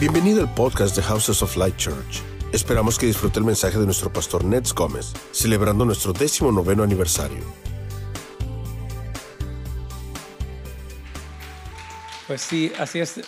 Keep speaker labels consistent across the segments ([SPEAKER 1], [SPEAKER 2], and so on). [SPEAKER 1] Bienvenido al podcast de Houses of Light Church. Esperamos que disfrute el mensaje de nuestro pastor Nets Gómez, celebrando nuestro décimo noveno aniversario.
[SPEAKER 2] Pues sí, así es,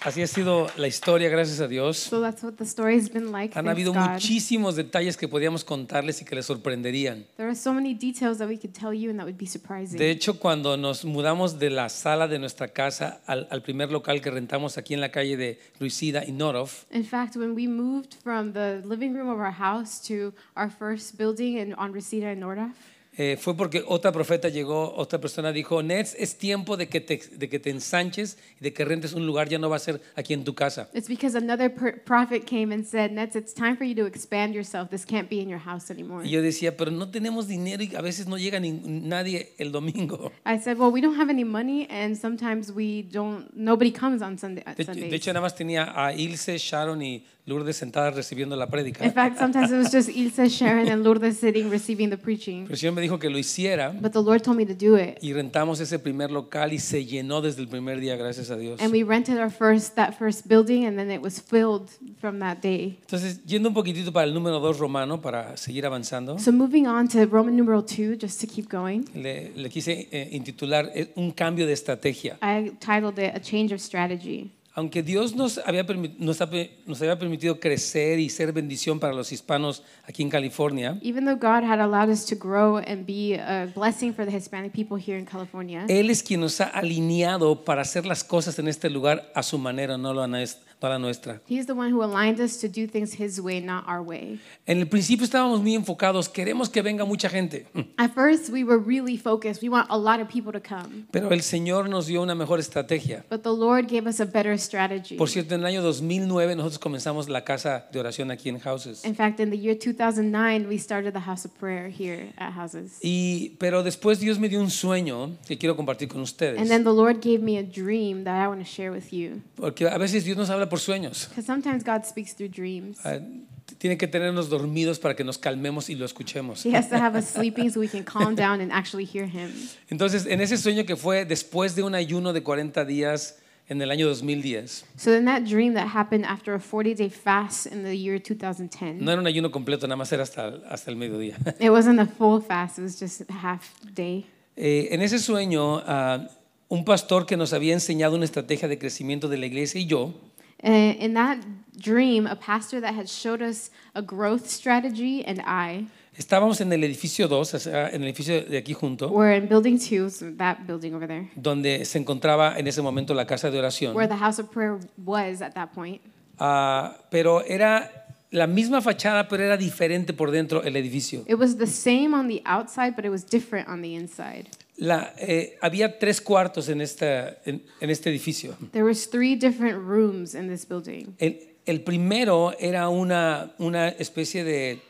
[SPEAKER 2] así ha sido la historia, gracias a Dios.
[SPEAKER 3] So that's what the story's been like.
[SPEAKER 2] Han
[SPEAKER 3] thanks
[SPEAKER 2] habido
[SPEAKER 3] God.
[SPEAKER 2] muchísimos detalles que podíamos contarles y que les sorprenderían.
[SPEAKER 3] There are so many details that we could tell you and that would be surprising.
[SPEAKER 2] De hecho, cuando nos mudamos de la sala de nuestra casa al, al primer local que rentamos aquí en la calle de Ruicida y Norov,
[SPEAKER 3] in fact, when we moved from the living room of our house to our first building in, on Reseda and Nordaf,
[SPEAKER 2] eh, fue porque otra profeta llegó, otra persona dijo, Nets, es tiempo de que, te, de que te ensanches y de que rentes un lugar, ya no va a ser aquí en tu casa.
[SPEAKER 3] it's because another per- prophet came and said, Nets, it's time for you to expand yourself. This can't be in your house anymore.
[SPEAKER 2] Y yo decía, pero no tenemos dinero y a veces no llega ni- nadie el domingo.
[SPEAKER 3] I said, Well, we don't have any money, and sometimes we don't, nobody comes on Sunday.
[SPEAKER 2] De,
[SPEAKER 3] Sundays.
[SPEAKER 2] de hecho, nada más tenía a Ilse, Sharon y Lourdes sentadas recibiendo la
[SPEAKER 3] in
[SPEAKER 2] prédica.
[SPEAKER 3] fact, sometimes it was just Ilse, Sharon, and Lourdes sitting receiving the preaching.
[SPEAKER 2] Pero el Señor me dijo que lo hiciera
[SPEAKER 3] But the Lord told me to do it.
[SPEAKER 2] y rentamos ese primer local y se llenó desde el primer día, gracias a Dios.
[SPEAKER 3] And we rented our first that first building, and then it was filled from that day.
[SPEAKER 2] Entonces, yendo un poquitito para el número 2 romano, para seguir avanzando,
[SPEAKER 3] So moving on to Roman numeral two, just to keep going,
[SPEAKER 2] le, le quise eh, intitular eh, Un cambio de estrategia.
[SPEAKER 3] I titled it "A Change of Strategy."
[SPEAKER 2] Aunque Dios nos había, permi- nos ha pe- nos había permitido crecer y ser bendición para los hispanos aquí en California,
[SPEAKER 3] Even though God had allowed us to grow and be a blessing for the Hispanic people here in California,
[SPEAKER 2] Él es quien nos ha alineado para hacer las cosas en este lugar a su manera, no a la nues- no a la nuestra.
[SPEAKER 3] He's the one who aligned us to do things His way, not our way.
[SPEAKER 2] En el principio estábamos muy enfocados, queremos que venga mucha gente,
[SPEAKER 3] At first, we were really focused. We want a lot of people to come,
[SPEAKER 2] pero el Señor nos dio una mejor estrategia.
[SPEAKER 3] but the Lord gave us a better strategy.
[SPEAKER 2] Por cierto, en el año 2009 nosotros comenzamos la casa de oración aquí en Houses.
[SPEAKER 3] In fact, in the year 2009, we started the House of Prayer here at Houses.
[SPEAKER 2] Y, pero después Dios me dio un sueño que quiero compartir con
[SPEAKER 3] And
[SPEAKER 2] ustedes.
[SPEAKER 3] then the Lord gave me a dream that I want to share with you.
[SPEAKER 2] Porque a veces Dios nos habla por sueños.
[SPEAKER 3] Because sometimes God speaks through dreams.
[SPEAKER 2] Ah, Tiene que tenernos dormidos para que nos calmemos y lo escuchemos.
[SPEAKER 3] He has to have us sleeping so we can calm down and actually hear Him.
[SPEAKER 2] Entonces, en ese sueño que fue después de un ayuno de 40 días en el año 2010,
[SPEAKER 3] So then that dream that happened after a 40 day fast in the year 2010,
[SPEAKER 2] no era un ayuno completo, nada más era hasta, hasta el mediodía.
[SPEAKER 3] it wasn't a full fast, it was just a half day.
[SPEAKER 2] Eh, en ese sueño, ah, un pastor que nos había enseñado una estrategia de crecimiento de la iglesia y yo,
[SPEAKER 3] And in that dream, a pastor that had showed us a growth strategy and I
[SPEAKER 2] estábamos en el edificio 2, o sea, en el edificio de aquí junto,
[SPEAKER 3] were in building two, so that building over there,
[SPEAKER 2] donde se encontraba en ese momento la casa de oración.
[SPEAKER 3] where the house of prayer was at that point.
[SPEAKER 2] Ah, pero era la misma fachada, pero era diferente por dentro el edificio.
[SPEAKER 3] It was the same on the outside, but it was different on the inside.
[SPEAKER 2] La, eh, había tres cuartos en, esta, en- en este edificio.
[SPEAKER 3] There was three different rooms in this building.
[SPEAKER 2] El, el primero era una, una especie de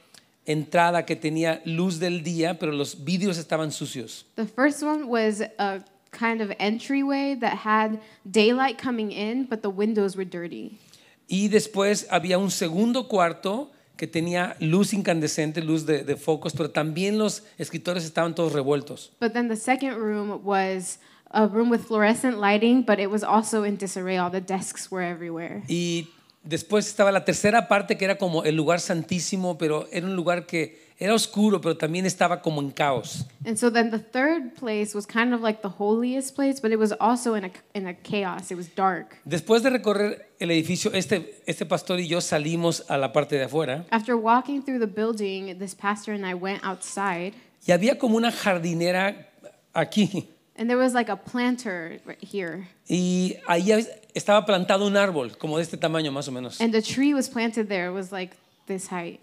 [SPEAKER 2] entrada que tenía luz del día, pero los vidrios estaban sucios.
[SPEAKER 3] The first one was a kind of entryway that had daylight coming in, but the windows were dirty.
[SPEAKER 2] Y después había un segundo cuarto que tenía luz incandescente, luz de, de focos, pero también los escritores estaban todos revueltos.
[SPEAKER 3] But then the second room was a room with fluorescent lighting, but it was also in disarray. All the desks were everywhere.
[SPEAKER 2] Y después estaba la tercera parte que era como el lugar santísimo, pero era un lugar que era oscuro, pero también estaba como en caos.
[SPEAKER 3] And so then the third place was kind of like the holiest place, but it was also in a, in a chaos. It was dark.
[SPEAKER 2] Después de recorrer el edificio, este, este pastor y yo salimos a la parte de afuera
[SPEAKER 3] After walking through the building, this pastor and I went outside,
[SPEAKER 2] y había como una jardinera aquí
[SPEAKER 3] and there was like a planter right here.
[SPEAKER 2] y ahí estaba plantado un árbol como de este tamaño más o menos.
[SPEAKER 3] And a tree was planted there. It was like this height.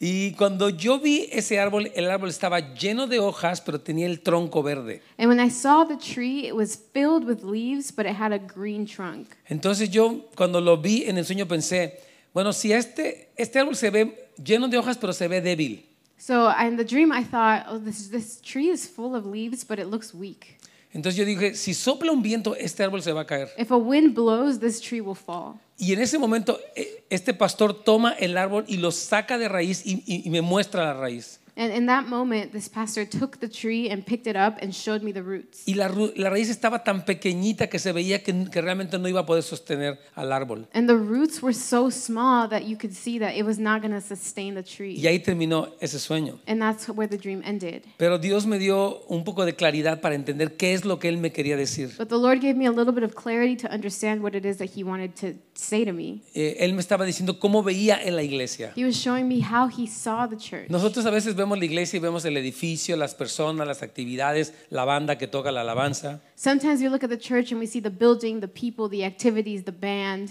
[SPEAKER 2] Y cuando yo vi ese árbol, el árbol estaba lleno de hojas, pero tenía el tronco verde.
[SPEAKER 3] And when I saw the tree, it was filled with leaves, but it had a green trunk.
[SPEAKER 2] Entonces yo cuando lo vi en el sueño pensé, bueno, si este, este árbol se ve lleno de hojas, pero se ve débil.
[SPEAKER 3] So in the dream, I thought, oh, this, this tree is full of leaves, but it looks weak.
[SPEAKER 2] Entonces yo dije, si sopla un viento, este árbol se va a caer.
[SPEAKER 3] If a wind blows, this tree will fall.
[SPEAKER 2] Y en ese momento eh, este pastor toma el árbol y lo saca de raíz y, y- y me muestra la raíz.
[SPEAKER 3] And in that moment, this pastor took the tree and picked it up and showed me the roots.
[SPEAKER 2] Y la, ru- la raíz estaba tan pequeñita que se veía que, que realmente no iba a poder sostener al árbol.
[SPEAKER 3] And the roots were so small that you could see that it was not going to sustain the
[SPEAKER 2] Y
[SPEAKER 3] tree.
[SPEAKER 2] ahí terminó ese sueño.
[SPEAKER 3] And that's where the dream ended.
[SPEAKER 2] Pero Dios me dio un poco de claridad para entender qué es lo que Él me quería decir.
[SPEAKER 3] But the Lord gave me a little bit of clarity to understand what it is that He wanted to say to me.
[SPEAKER 2] Eh, él me estaba diciendo cómo veía en la iglesia.
[SPEAKER 3] He was showing me how He saw the church.
[SPEAKER 2] Nosotros a veces vemos la iglesia y vemos el edificio, las personas, las actividades, la banda que toca la alabanza.
[SPEAKER 3] Sometimes we look at the church and we see the building, the people, the activities, the band.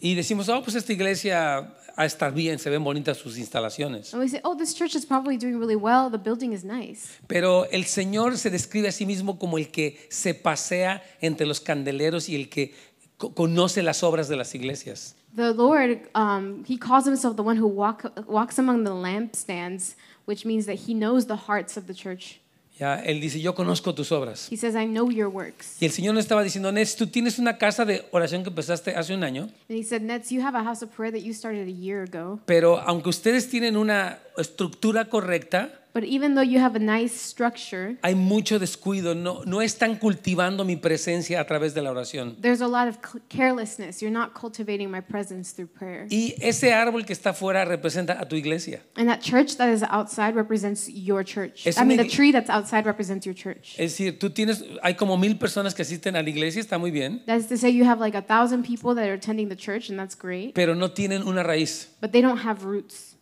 [SPEAKER 2] Y decimos, oh, pues esta iglesia a estar bien, se ven bonitas sus instalaciones.
[SPEAKER 3] And we say, oh, this church is probably doing really well. The building is nice.
[SPEAKER 2] Pero el Señor se describe a sí mismo como el que se pasea entre los candeleros y el que co- conoce las obras de las iglesias.
[SPEAKER 3] The Lord, um, He calls Himself the one who walk, walks among the lampstands, which means that He knows the hearts of the church.
[SPEAKER 2] Ya, Él dice, yo conozco tus obras.
[SPEAKER 3] He says, I know your works.
[SPEAKER 2] Y el Señor nos estaba diciendo, Nes, tú tienes una casa de oración que empezaste hace un año,
[SPEAKER 3] And He said, Nets, you have a house of prayer that you started a year ago.
[SPEAKER 2] pero aunque ustedes tienen una estructura correcta,
[SPEAKER 3] But even though you have a nice structure,
[SPEAKER 2] hay mucho descuido, no, no están cultivando mi presencia a través de la oración.
[SPEAKER 3] there's a lot of c- carelessness. You're not cultivating my presence through prayer.
[SPEAKER 2] Y ese árbol que está afuera representa a tu iglesia.
[SPEAKER 3] And that church that is outside represents your church.
[SPEAKER 2] Es
[SPEAKER 3] I mean,
[SPEAKER 2] una
[SPEAKER 3] the
[SPEAKER 2] igle-
[SPEAKER 3] tree that's outside represents your church.
[SPEAKER 2] Es decir, tú tienes, hay como mil personas que asisten a la iglesia, está muy bien,
[SPEAKER 3] That's to say, you have like a thousand people that are attending the church, and that's great,
[SPEAKER 2] pero no tienen una raíz.
[SPEAKER 3] but they don't have roots.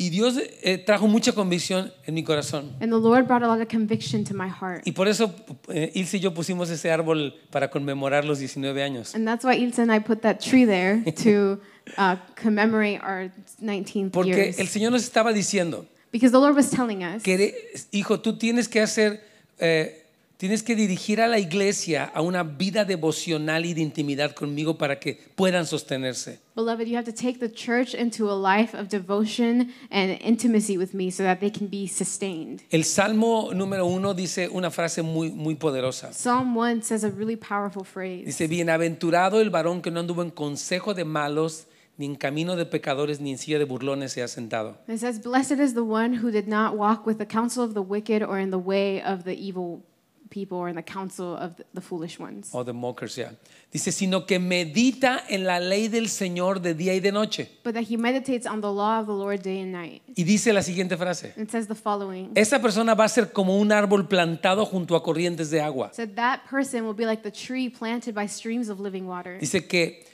[SPEAKER 2] Y Dios eh, trajo mucha convicción en mi corazón.
[SPEAKER 3] And the Lord brought a lot of conviction to my heart.
[SPEAKER 2] Y por eso eh, Ilse y yo pusimos ese árbol para conmemorar los 19 años.
[SPEAKER 3] And that's why Ilse and I put that tree there to uh, commemorate our 19th
[SPEAKER 2] Porque el
[SPEAKER 3] years.
[SPEAKER 2] Señor nos estaba diciendo,
[SPEAKER 3] Because the Lord was telling us,
[SPEAKER 2] que eres- hijo, tú tienes que hacer, eh, tienes que dirigir a la iglesia a una vida devocional y de intimidad conmigo para que puedan sostenerse.
[SPEAKER 3] Beloved, you have to take the church into a life of devotion and intimacy with me so that they can be sustained.
[SPEAKER 2] El Salmo número uno dice una frase muy, muy poderosa.
[SPEAKER 3] Psalm 1 says a really powerful phrase.
[SPEAKER 2] Dice, bienaventurado el varón que no anduvo en consejo de malos, ni en camino de pecadores, ni en silla de burlones se ha sentado.
[SPEAKER 3] It says, Blessed is the one who did not walk with the counsel of the wicked or in the way of the evil people or in the counsel of the- the foolish ones.
[SPEAKER 2] O de mockers, yeah. Dice, sino que medita en la ley del Señor de día y de noche.
[SPEAKER 3] But that he meditates on the law of the Lord day and night.
[SPEAKER 2] Y dice la siguiente frase.
[SPEAKER 3] And it says the following.
[SPEAKER 2] Esa persona va a ser como un árbol plantado junto a corrientes de agua.
[SPEAKER 3] It said that person will be like the tree planted by streams of living water
[SPEAKER 2] Dice que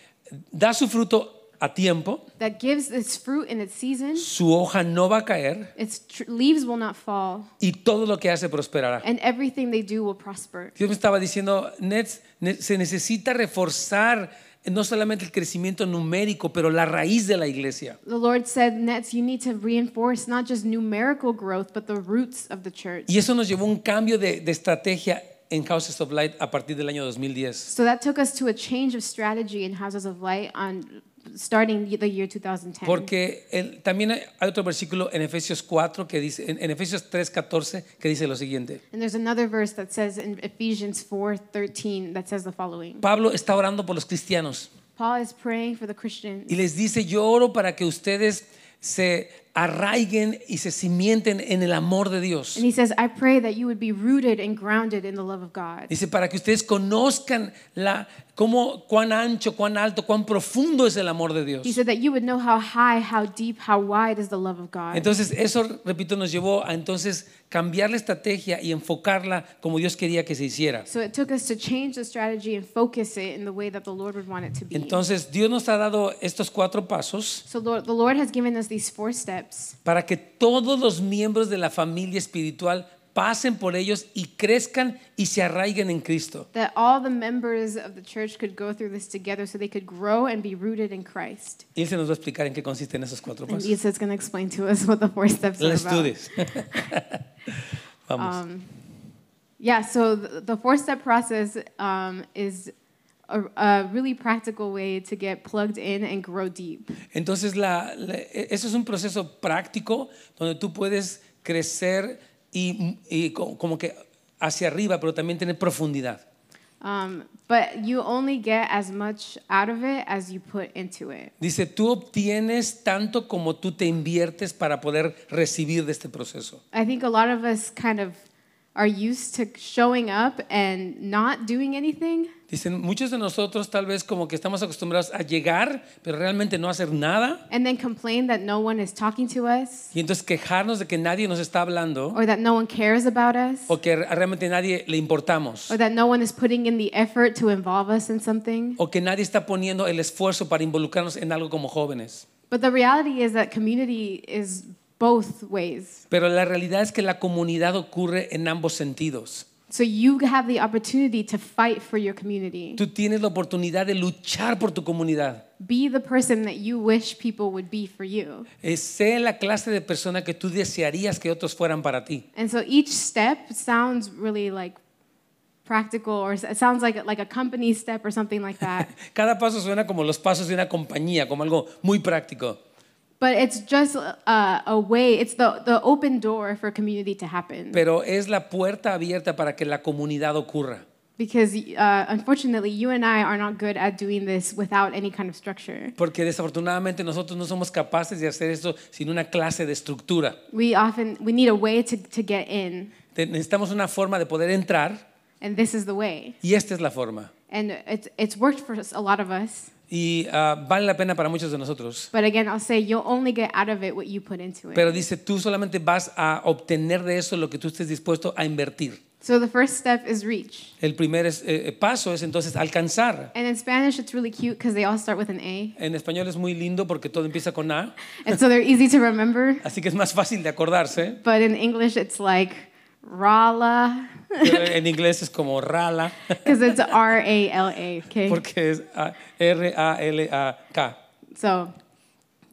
[SPEAKER 2] da su fruto a tiempo,
[SPEAKER 3] that gives its fruit in its season,
[SPEAKER 2] su hoja no va a caer
[SPEAKER 3] its tr- leaves will not fall,
[SPEAKER 2] y todo lo que hace prosperará.
[SPEAKER 3] and everything they do will prosper.
[SPEAKER 2] Dios me estaba diciendo, Nets, ne- se necesita reforzar no solamente el crecimiento numérico, pero la raíz de la iglesia.
[SPEAKER 3] The Lord said, Nets, you need to reinforce not just numerical growth, but the roots of the church.
[SPEAKER 2] Y eso nos llevó a un cambio de, de estrategia en Houses of Light a partir del año 2010.
[SPEAKER 3] So that took us to a change of strategy in Houses of Light on starting the year 2010.
[SPEAKER 2] Porque el- también hay hay otro versículo en Efesios 4 que dice, en, en Efesios 3, 14, que dice lo siguiente.
[SPEAKER 3] and there's another verse that says in Ephesians 4:13 that says the following.
[SPEAKER 2] Pablo está orando por los cristianos.
[SPEAKER 3] Paul is praying for the Christians.
[SPEAKER 2] Y les dice, yo oro para que ustedes se arraiguen y se cimienten en el amor de Dios.
[SPEAKER 3] And he says, I pray that you would be rooted and grounded in the love of God.
[SPEAKER 2] Dice, para que ustedes conozcan la, cómo, cuán ancho, cuán alto, cuán profundo es el amor de Dios.
[SPEAKER 3] He said that you would know how high, how deep, how wide is the love of God.
[SPEAKER 2] Entonces, eso, repito, nos llevó a entonces cambiar la estrategia y enfocarla como Dios quería que se hiciera.
[SPEAKER 3] So it took us to change the strategy and focus it in the way that the Lord would want it to be.
[SPEAKER 2] Entonces, Dios nos ha dado estos cuatro pasos
[SPEAKER 3] So Lord, the Lord has given us these four steps
[SPEAKER 2] para que todos los miembros de la familia espiritual pasen por ellos y crezcan y se arraiguen en Cristo.
[SPEAKER 3] that all the members of the church could go through this together so they could grow and be rooted in Christ.
[SPEAKER 2] Y él se nos va a explicar en qué consisten esos cuatro
[SPEAKER 3] And
[SPEAKER 2] pasos.
[SPEAKER 3] Isa's going to explain to us what the four steps are
[SPEAKER 2] Let's do
[SPEAKER 3] about.
[SPEAKER 2] this. Vamos.
[SPEAKER 3] Yeah, so the the four step process um, is a, a really practical way to get plugged in and grow deep.
[SPEAKER 2] Entonces, la- la- e- eso es un proceso práctico donde tú puedes crecer y, y co- como que hacia arriba, pero también tener profundidad.
[SPEAKER 3] Um, Um, but you only get as much out of it as you put into it.
[SPEAKER 2] Dice, tú obtienes tanto como tú te inviertes para poder recibir de este proceso.
[SPEAKER 3] I think a lot of us kind of are used to showing up and not doing anything.
[SPEAKER 2] Dicen, muchos de nosotros tal vez como que estamos acostumbrados a llegar, pero realmente no hacer nada.
[SPEAKER 3] and then complain that no one is talking to us
[SPEAKER 2] Y entonces quejarnos de que nadie nos está hablando
[SPEAKER 3] or that no one cares about us
[SPEAKER 2] o que realmente nadie le importamos
[SPEAKER 3] or that no one is putting in the effort to involve us in something.
[SPEAKER 2] o que nadie está poniendo el esfuerzo para involucrarnos en algo como jóvenes.
[SPEAKER 3] But the reality is that community is both ways.
[SPEAKER 2] Pero la realidad es que la comunidad ocurre en ambos sentidos.
[SPEAKER 3] So you have the opportunity to fight for your community.
[SPEAKER 2] Tú tienes la oportunidad de luchar por tu comunidad.
[SPEAKER 3] Be the person that you wish people would be for you.
[SPEAKER 2] Eh, sé la clase de persona que tú desearías que otros fueran para ti.
[SPEAKER 3] And so each step sounds really like practical or it sounds like like a company step or something like that.
[SPEAKER 2] Cada paso suena como los pasos de una compañía, como algo muy práctico.
[SPEAKER 3] but it's just a, a way, it's the, the open door for community to happen.
[SPEAKER 2] Pero es la puerta abierta para que la comunidad ocurra.
[SPEAKER 3] Because uh, unfortunately, you and I are not good at doing this without any kind of structure.
[SPEAKER 2] Porque desafortunadamente nosotros no somos capaces de hacer esto sin una clase de estructura.
[SPEAKER 3] We often we need a way to, to get in,
[SPEAKER 2] Te- Necesitamos una forma de poder entrar
[SPEAKER 3] and this is the way.
[SPEAKER 2] y esta es la forma.
[SPEAKER 3] And it's it's worked for us- a lot of us.
[SPEAKER 2] Y ah, vale la pena para muchos de nosotros.
[SPEAKER 3] But again, I'll say you'll only get out of it what you put into it.
[SPEAKER 2] Pero dice, tú solamente vas a obtener de eso lo que tú estés dispuesto a invertir.
[SPEAKER 3] so the first step is reach.
[SPEAKER 2] El primer es- eh, eh, paso es entonces alcanzar.
[SPEAKER 3] And in Spanish, it's really cute because they all start with an A,
[SPEAKER 2] En español es muy lindo porque todo empieza con A,
[SPEAKER 3] and so they're easy to remember.
[SPEAKER 2] así que es más fácil de acordarse.
[SPEAKER 3] But in English, it's like Rala
[SPEAKER 2] Pero en inglés es como rala,
[SPEAKER 3] because it's R A L A. Okay.
[SPEAKER 2] porque es ah, R-A-L-A-K.
[SPEAKER 3] So,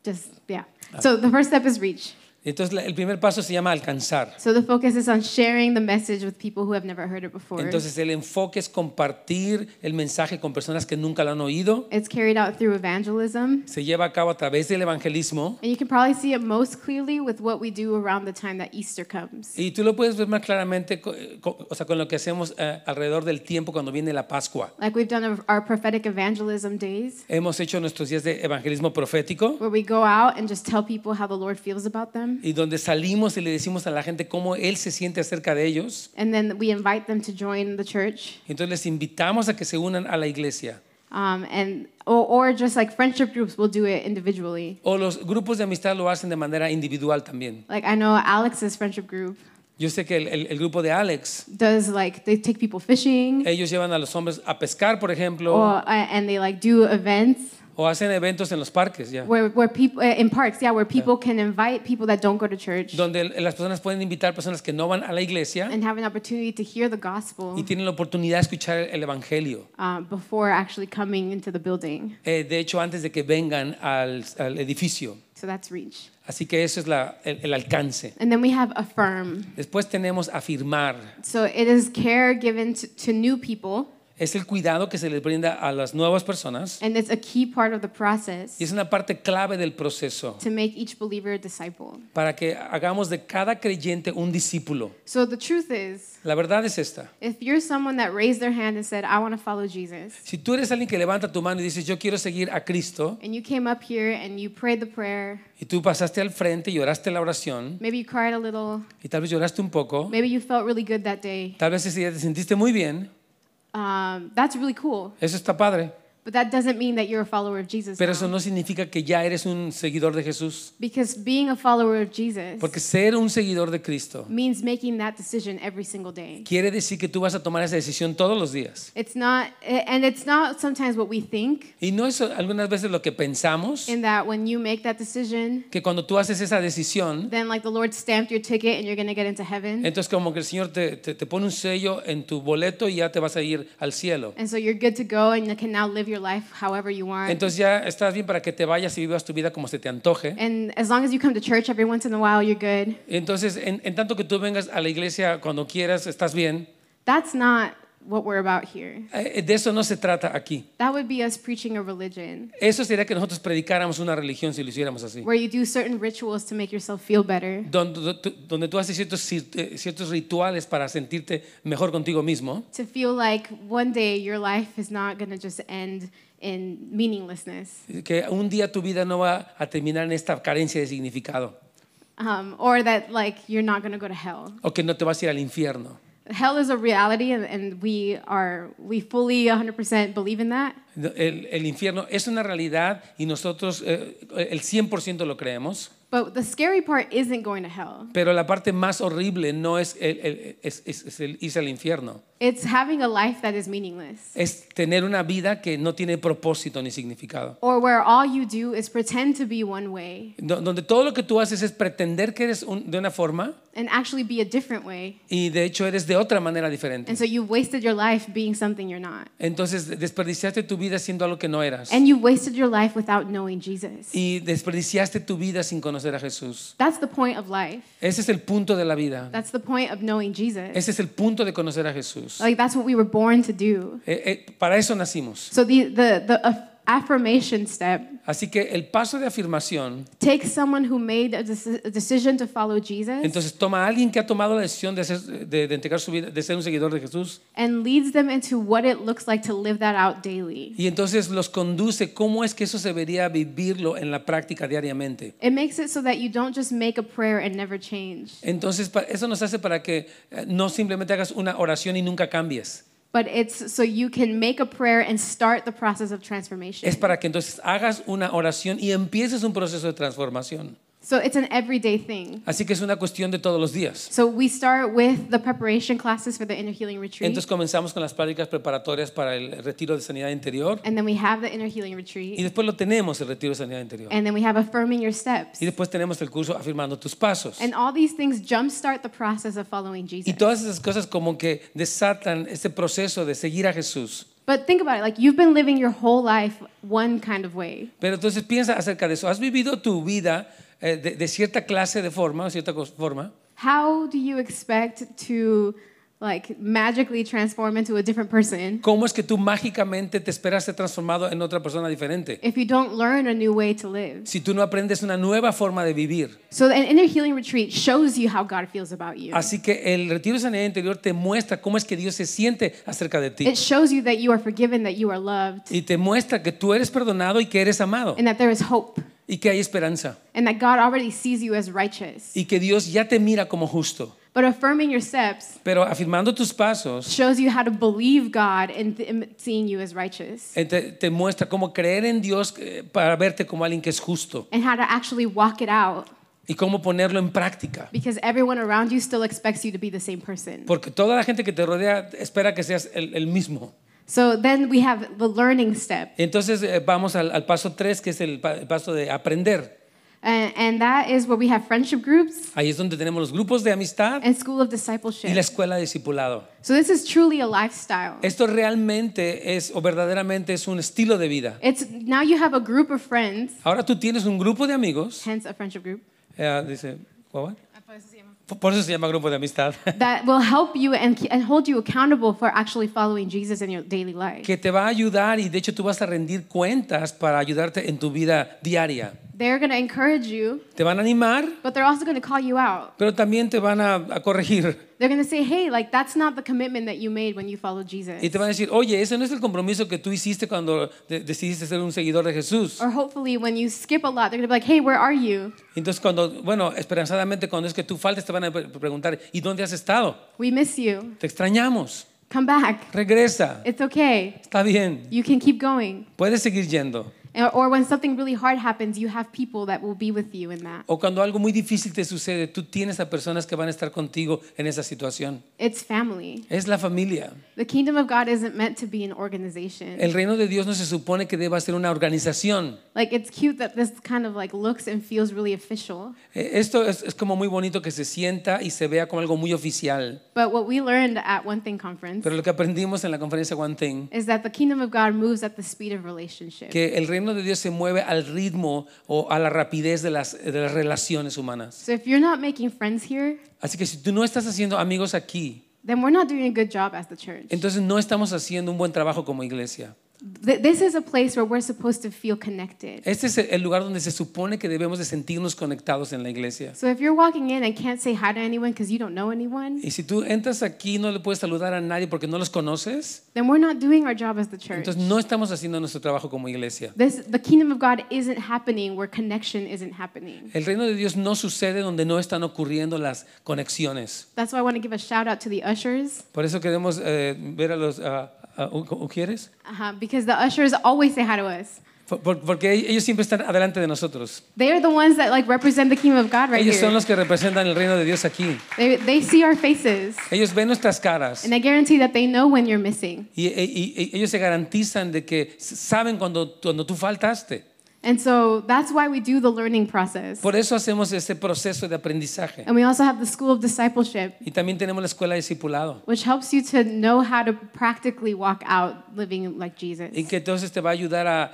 [SPEAKER 3] just yeah. So the first step is reach.
[SPEAKER 2] Entonces la- el primer paso se llama alcanzar.
[SPEAKER 3] So the focus is on sharing the message with people who have never heard it before.
[SPEAKER 2] Entonces el enfoque es compartir el mensaje con personas que nunca lo han oído.
[SPEAKER 3] it's carried out through evangelism.
[SPEAKER 2] Se lleva a cabo a través del evangelismo.
[SPEAKER 3] And you can probably see it most clearly with what we do around the time that Easter comes.
[SPEAKER 2] Y tú lo puedes ver más claramente co- eh, co- o sea, con lo que hacemos eh, alrededor del tiempo cuando viene la Pascua.
[SPEAKER 3] Like we've done our- our prophetic evangelism days,
[SPEAKER 2] Hemos hecho nuestros días de evangelismo profético
[SPEAKER 3] where we go out and just tell people how the Lord feels about them.
[SPEAKER 2] y donde salimos y le decimos a la gente cómo Él se siente acerca de ellos.
[SPEAKER 3] And then we invite them to join the church.
[SPEAKER 2] Entonces les invitamos a que se unan a la iglesia.
[SPEAKER 3] Um, and or, or just like friendship groups will do it individually.
[SPEAKER 2] O los grupos de amistad lo hacen de manera individual también.
[SPEAKER 3] Like I know Alex's friendship group
[SPEAKER 2] Yo sé que el, el- el grupo de Alex,
[SPEAKER 3] does like they take people fishing
[SPEAKER 2] ellos llevan a los hombres a pescar, por ejemplo,
[SPEAKER 3] or uh, and they like do events
[SPEAKER 2] o hacen eventos en los parques, ya.
[SPEAKER 3] where where people in parks, yeah, where people can invite people that don't go to church
[SPEAKER 2] Donde las personas pueden invitar personas que no van a la iglesia
[SPEAKER 3] and have an opportunity to hear the gospel
[SPEAKER 2] y tienen la oportunidad de escuchar el evangelio.
[SPEAKER 3] uh, before actually coming into the building.
[SPEAKER 2] Eh, de hecho, antes de que vengan al, al edificio.
[SPEAKER 3] So that's reach.
[SPEAKER 2] Así que eso es la- el, el alcance.
[SPEAKER 3] And then we have affirm.
[SPEAKER 2] Después tenemos afirmar.
[SPEAKER 3] So it is care given to, to new people,
[SPEAKER 2] Es el cuidado que se les brinda a las nuevas personas
[SPEAKER 3] and it's a key part of the process
[SPEAKER 2] y es una parte clave del proceso
[SPEAKER 3] to make each believer a disciple.
[SPEAKER 2] para que hagamos de cada creyente un discípulo.
[SPEAKER 3] So the truth is,
[SPEAKER 2] La verdad es esta.
[SPEAKER 3] if you're someone that raised their hand and said, "I want to follow Jesus,"
[SPEAKER 2] Si tú eres alguien que levanta tu mano y dices, yo quiero seguir a Cristo,
[SPEAKER 3] and you came up here and you prayed the prayer,
[SPEAKER 2] y tú pasaste al frente y oraste la oración,
[SPEAKER 3] maybe you cried a little,
[SPEAKER 2] y tal vez lloraste un poco,
[SPEAKER 3] maybe you felt really good that day,
[SPEAKER 2] tal vez ese día te sentiste muy bien,
[SPEAKER 3] um, that's really cool.
[SPEAKER 2] eso está padre,
[SPEAKER 3] But that doesn't mean that you're a follower of Jesus.
[SPEAKER 2] pero
[SPEAKER 3] now.
[SPEAKER 2] eso no significa que ya eres un seguidor de Jesús.
[SPEAKER 3] Because being a follower of Jesus
[SPEAKER 2] Porque ser un seguidor de Cristo
[SPEAKER 3] means making that decision every single day.
[SPEAKER 2] quiere decir que tú vas a tomar esa decisión todos los días.
[SPEAKER 3] It's not, and it's not sometimes what we think,
[SPEAKER 2] Y no es algunas veces lo que pensamos,
[SPEAKER 3] in that when you make that decision,
[SPEAKER 2] que cuando tú haces esa decisión,
[SPEAKER 3] then like the Lord stamped your ticket and you're going to get into heaven.
[SPEAKER 2] entonces como que el Señor te, te- te pone un sello en tu boleto y ya te vas a ir al cielo.
[SPEAKER 3] And so you're good to go and you can now live your life however you want.
[SPEAKER 2] Entonces ya estás bien para que te vayas y vivas tu vida como se te antoje.
[SPEAKER 3] and as long as you come to church every once in a while, you're good.
[SPEAKER 2] Entonces, en, en tanto que tú vengas a la iglesia cuando quieras, estás bien.
[SPEAKER 3] That's not what we're about here.
[SPEAKER 2] Eh, De eso no se trata aquí.
[SPEAKER 3] That would be us preaching a religion
[SPEAKER 2] Eso sería que nosotros predicáramos una religión si lo hiciéramos así.
[SPEAKER 3] where you do certain rituals to make yourself feel better,
[SPEAKER 2] Donde, do- tú- donde tú haces ciertos, cir- eh, ciertos rituales para sentirte mejor contigo mismo.
[SPEAKER 3] to feel like one day your life is not going to just end in meaninglessness,
[SPEAKER 2] Que un día tu vida no va a terminar en esta carencia de significado.
[SPEAKER 3] um, or that like you're not going to go to hell.
[SPEAKER 2] O que no te vas a ir al infierno.
[SPEAKER 3] Hell is a reality, and, and we are we fully 100% believe in that.
[SPEAKER 2] No, El, el infierno es una realidad y nosotros eh, el 100% lo creemos.
[SPEAKER 3] But the scary part isn't going to hell.
[SPEAKER 2] Pero la parte más horrible no es, el, el- es- es- es el irse al infierno.
[SPEAKER 3] It's having a life that is meaningless,
[SPEAKER 2] Es tener una vida que no tiene propósito ni significado.
[SPEAKER 3] or where all you do is pretend to be one way
[SPEAKER 2] Do- Donde todo lo que tú haces es pretender que eres un- de una forma
[SPEAKER 3] and actually be a different way.
[SPEAKER 2] y de hecho eres de otra manera diferente.
[SPEAKER 3] And so you wasted your life being something you're not.
[SPEAKER 2] Entonces desperdiciaste tu vida siendo algo que no eras.
[SPEAKER 3] And you wasted your life without knowing Jesus.
[SPEAKER 2] Y desperdiciaste tu vida sin conocer a Jesús.
[SPEAKER 3] That's the point of life.
[SPEAKER 2] Ese es el punto de la vida.
[SPEAKER 3] That's the point of knowing Jesus.
[SPEAKER 2] Ese es el punto de conocer a Jesús.
[SPEAKER 3] Like that's what we were born to do.
[SPEAKER 2] Eh, eh, para eso nacimos.
[SPEAKER 3] So the the the aff- affirmation step
[SPEAKER 2] Así que el paso de afirmación,
[SPEAKER 3] takes someone who made a, deci- a decision to follow Jesus
[SPEAKER 2] entonces toma a alguien que ha tomado la decisión de, hacer- de- de entregar su vida, de ser un seguidor de Jesús,
[SPEAKER 3] and leads them into what it looks like to live that out daily.
[SPEAKER 2] y entonces los conduce cómo es que eso se debería vivirlo en la práctica diariamente.
[SPEAKER 3] It makes it so that you don't just make a prayer and never change,
[SPEAKER 2] Entonces pa- eso nos hace para que eh, no simplemente hagas una oración y nunca cambies.
[SPEAKER 3] but it's so you can make a prayer and start the process of transformation.
[SPEAKER 2] Es para que entonces hagas una oración y empieces un proceso de transformación.
[SPEAKER 3] So it's an everyday thing.
[SPEAKER 2] Así que es una cuestión de todos los días.
[SPEAKER 3] So we start with the preparation classes for the inner healing retreat,
[SPEAKER 2] Entonces comenzamos con las prácticas preparatorias para el retiro de sanidad interior
[SPEAKER 3] and then we have the inner healing
[SPEAKER 2] y
[SPEAKER 3] retreat,
[SPEAKER 2] después lo tenemos el retiro de sanidad interior.
[SPEAKER 3] and then we have affirming your steps.
[SPEAKER 2] Y después tenemos el curso afirmando tus pasos.
[SPEAKER 3] And all these things jumpstart the process of following
[SPEAKER 2] Y
[SPEAKER 3] Jesus.
[SPEAKER 2] todas esas cosas como que desatan este proceso de seguir a Jesús.
[SPEAKER 3] But think about it like you've been living your whole life one kind of way.
[SPEAKER 2] Pero entonces piensa acerca de eso. ¿Has vivido tu vida eh, de, de cierta clase de forma, cierta cos- forma?
[SPEAKER 3] How do you expect to like magically transform into a different person
[SPEAKER 2] ¿Cómo es que tú mágicamente te esperas ser transformado en otra persona diferente?
[SPEAKER 3] if you don't learn a new way to live?
[SPEAKER 2] Si tú no aprendes una nueva forma de vivir.
[SPEAKER 3] So an inner healing retreat shows you how God feels about you.
[SPEAKER 2] Así que el retiro de sanidad interior te muestra cómo es que Dios se siente acerca de ti.
[SPEAKER 3] It shows you that you are forgiven, that you are loved,
[SPEAKER 2] Y te muestra que tú eres perdonado y que eres amado.
[SPEAKER 3] and that there is hope,
[SPEAKER 2] Y que hay esperanza.
[SPEAKER 3] and that God already sees you as righteous.
[SPEAKER 2] Y que Dios ya te mira como justo.
[SPEAKER 3] But affirming your steps
[SPEAKER 2] Pero afirmando tus pasos,
[SPEAKER 3] shows you how to believe God and th- seeing you as righteous,
[SPEAKER 2] eh, te, te muestra cómo creer en Dios eh, para verte como alguien que es justo
[SPEAKER 3] and how to actually walk it out
[SPEAKER 2] y cómo ponerlo en práctica.
[SPEAKER 3] because everyone around you still expects you to be the same person.
[SPEAKER 2] Porque toda la gente que te rodea espera que seas el, el mismo.
[SPEAKER 3] So then we have the learning step,
[SPEAKER 2] Entonces eh, vamos al, al paso 3, que es el, pa- el paso de aprender.
[SPEAKER 3] and, and that is where we have friendship groups
[SPEAKER 2] Ahí es donde tenemos los grupos de amistad
[SPEAKER 3] and school of
[SPEAKER 2] y la
[SPEAKER 3] discipleship.
[SPEAKER 2] escuela de discipulado.
[SPEAKER 3] So this is truly a lifestyle.
[SPEAKER 2] Esto realmente es o verdaderamente es un estilo de vida.
[SPEAKER 3] It's now you have a group of friends,
[SPEAKER 2] Ahora tú tienes un grupo de amigos,
[SPEAKER 3] hence a friendship group.
[SPEAKER 2] eh, dice, ¿what? por eso se llama grupo de amistad,
[SPEAKER 3] that will help you and, and hold you accountable for actually following Jesus in your daily life.
[SPEAKER 2] que te va a ayudar y de hecho tú vas a rendir cuentas para ayudarte en tu vida diaria.
[SPEAKER 3] They're going to encourage you,
[SPEAKER 2] Te van a animar,
[SPEAKER 3] but they're also going to call you out.
[SPEAKER 2] pero también te van a, a corregir
[SPEAKER 3] They're going to say, hey, like, that's not the commitment that you made when you followed Jesus.
[SPEAKER 2] y te van a decir, oye, ese no es el compromiso que tú hiciste cuando de- decidiste ser un seguidor de Jesús.
[SPEAKER 3] Or hopefully, when you skip a lot, they're going to be like, hey, where are you?
[SPEAKER 2] Entonces cuando, bueno, esperanzadamente cuando es que tú faltes te van a pre- preguntar, ¿y dónde has estado?
[SPEAKER 3] We miss you.
[SPEAKER 2] Te extrañamos,
[SPEAKER 3] Come back.
[SPEAKER 2] regresa,
[SPEAKER 3] It's okay.
[SPEAKER 2] está bien,
[SPEAKER 3] You can keep going.
[SPEAKER 2] puedes seguir yendo.
[SPEAKER 3] Or or when something really hard happens, you have people that will be with you in that.
[SPEAKER 2] O cuando algo muy difícil te sucede, tú tienes a personas que van a estar contigo en esa situación.
[SPEAKER 3] It's family.
[SPEAKER 2] Es la familia.
[SPEAKER 3] The kingdom of God isn't meant to be an organization.
[SPEAKER 2] El reino de Dios no se supone que deba ser una organización.
[SPEAKER 3] Like it's cute that this kind of like looks and feels really official.
[SPEAKER 2] Eh, Esto es, es como muy bonito que se sienta y se vea como algo muy oficial.
[SPEAKER 3] But what we learned at One Thing Conference
[SPEAKER 2] Pero lo que aprendimos en la conferencia One Thing,
[SPEAKER 3] is that the kingdom of God moves at the speed of relationship.
[SPEAKER 2] que el reino de Dios se mueve al ritmo o a la rapidez de las, de las relaciones humanas.
[SPEAKER 3] So if you're not making friends here,
[SPEAKER 2] Así que si tú no estás haciendo amigos aquí,
[SPEAKER 3] then we're not doing a good job as the church.
[SPEAKER 2] Entonces no estamos haciendo un buen trabajo como iglesia.
[SPEAKER 3] Th- This is a place where we're supposed to feel connected.
[SPEAKER 2] Este es el lugar donde se supone que debemos de sentirnos conectados en la iglesia.
[SPEAKER 3] So if you're walking in and can't say hi to anyone because you don't know anyone,
[SPEAKER 2] Y si tú entras aquí y no le puedes saludar a nadie porque no los conoces,
[SPEAKER 3] then we're not doing our job as the church.
[SPEAKER 2] entonces no estamos haciendo nuestro trabajo como iglesia.
[SPEAKER 3] This, the kingdom of God isn't happening where connection isn't happening.
[SPEAKER 2] El reino de Dios no sucede donde no están ocurriendo las conexiones.
[SPEAKER 3] That's why I want to give a shout out to the ushers
[SPEAKER 2] Por eso queremos eh, ver a los... a- a- ¿o- o ¿Quieres?
[SPEAKER 3] uh because the ushers always say hi to us.
[SPEAKER 2] Por- por- Porque ellos siempre están adelante de nosotros.
[SPEAKER 3] They are the ones that like represent the kingdom of God right
[SPEAKER 2] Ellos son
[SPEAKER 3] here.
[SPEAKER 2] los que representan el reino de Dios aquí.
[SPEAKER 3] They, they see our faces,
[SPEAKER 2] Ellos ven nuestras caras.
[SPEAKER 3] and I guarantee that they know when you're missing.
[SPEAKER 2] Y, e, y- y- y ellos se garantizan de que s- saben cuando, cuando tú faltaste.
[SPEAKER 3] And so that's why we do the learning process.
[SPEAKER 2] Por eso hacemos este proceso de aprendizaje.
[SPEAKER 3] And we also have the school of discipleship,
[SPEAKER 2] Y también tenemos la escuela de discipulado.
[SPEAKER 3] which helps you to know how to practically walk out living like
[SPEAKER 2] Y
[SPEAKER 3] Jesus,
[SPEAKER 2] que entonces te va a ayudar a,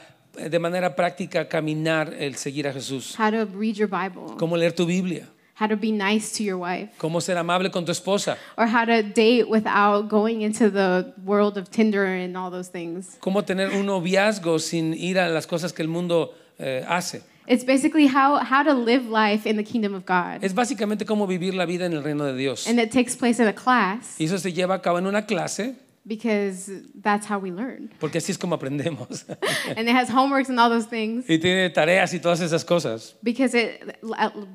[SPEAKER 2] de manera práctica a caminar el seguir a Jesús.
[SPEAKER 3] how to read your Bible,
[SPEAKER 2] Cómo leer tu Biblia.
[SPEAKER 3] how to be nice to your wife.
[SPEAKER 2] Cómo ser amable con tu esposa.
[SPEAKER 3] or how to date without going into the world of Tinder and all those things.
[SPEAKER 2] Cómo tener un noviazgo sin ir a las cosas que el mundo eh, hace.
[SPEAKER 3] It's basically how, how to live life in the kingdom of God.
[SPEAKER 2] Es básicamente cómo vivir la vida en el reino de Dios.
[SPEAKER 3] And it takes place in a class
[SPEAKER 2] Y eso se lleva a cabo en una clase,
[SPEAKER 3] because that's how we learn.
[SPEAKER 2] porque así es como aprendemos.
[SPEAKER 3] And it has homeworks and all those things
[SPEAKER 2] y tiene tareas y todas esas cosas.
[SPEAKER 3] because it,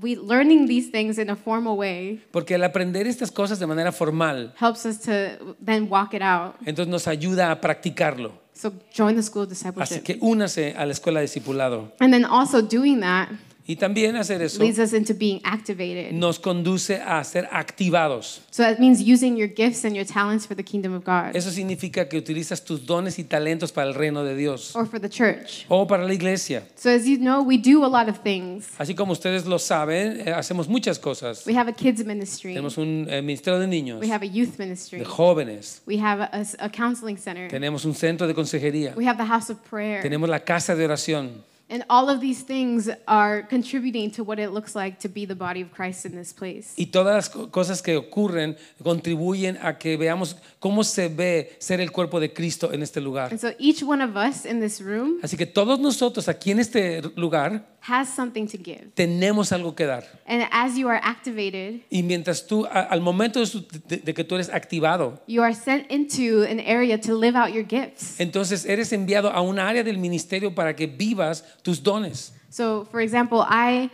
[SPEAKER 3] we, learning these things in a formal way
[SPEAKER 2] Porque al aprender estas cosas de manera formal,
[SPEAKER 3] helps us to then walk it out.
[SPEAKER 2] entonces nos ayuda a practicarlo.
[SPEAKER 3] So join the school of
[SPEAKER 2] Así
[SPEAKER 3] discipleship.
[SPEAKER 2] que únase a la escuela de discipulado.
[SPEAKER 3] And then also doing that
[SPEAKER 2] Y también hacer eso
[SPEAKER 3] leads us into being activated.
[SPEAKER 2] nos conduce a ser activados.
[SPEAKER 3] So that means using your gifts and your talents for the kingdom of God
[SPEAKER 2] Eso significa que utilizas tus dones y talentos para el reino de Dios
[SPEAKER 3] or for the church.
[SPEAKER 2] o para la iglesia.
[SPEAKER 3] So as you know, we do a lot of things.
[SPEAKER 2] Así como ustedes lo saben, eh, hacemos muchas cosas.
[SPEAKER 3] We have a kids ministry.
[SPEAKER 2] Tenemos un eh, ministerio de niños,
[SPEAKER 3] We have a youth
[SPEAKER 2] de
[SPEAKER 3] ministry.
[SPEAKER 2] jóvenes,
[SPEAKER 3] We have a, a counseling center.
[SPEAKER 2] Tenemos un centro de consejería.
[SPEAKER 3] We have the house of prayer.
[SPEAKER 2] Tenemos la casa de oración.
[SPEAKER 3] And all of these things are contributing to what it looks like to be the body of Christ in this place.
[SPEAKER 2] Y todas las co- cosas que ocurren contribuyen a que veamos cómo se ve ser el cuerpo de Cristo en este lugar.
[SPEAKER 3] And so each one of us in this room
[SPEAKER 2] Así que todos nosotros aquí en este lugar
[SPEAKER 3] has something to give.
[SPEAKER 2] tenemos algo que dar.
[SPEAKER 3] And as you are activated,
[SPEAKER 2] Y mientras tú, a- al momento de su- de- de que tú eres activado,
[SPEAKER 3] you are sent into an area to live out your gifts.
[SPEAKER 2] entonces eres enviado a un área del ministerio para que vivas tus dones.
[SPEAKER 3] So, for example, I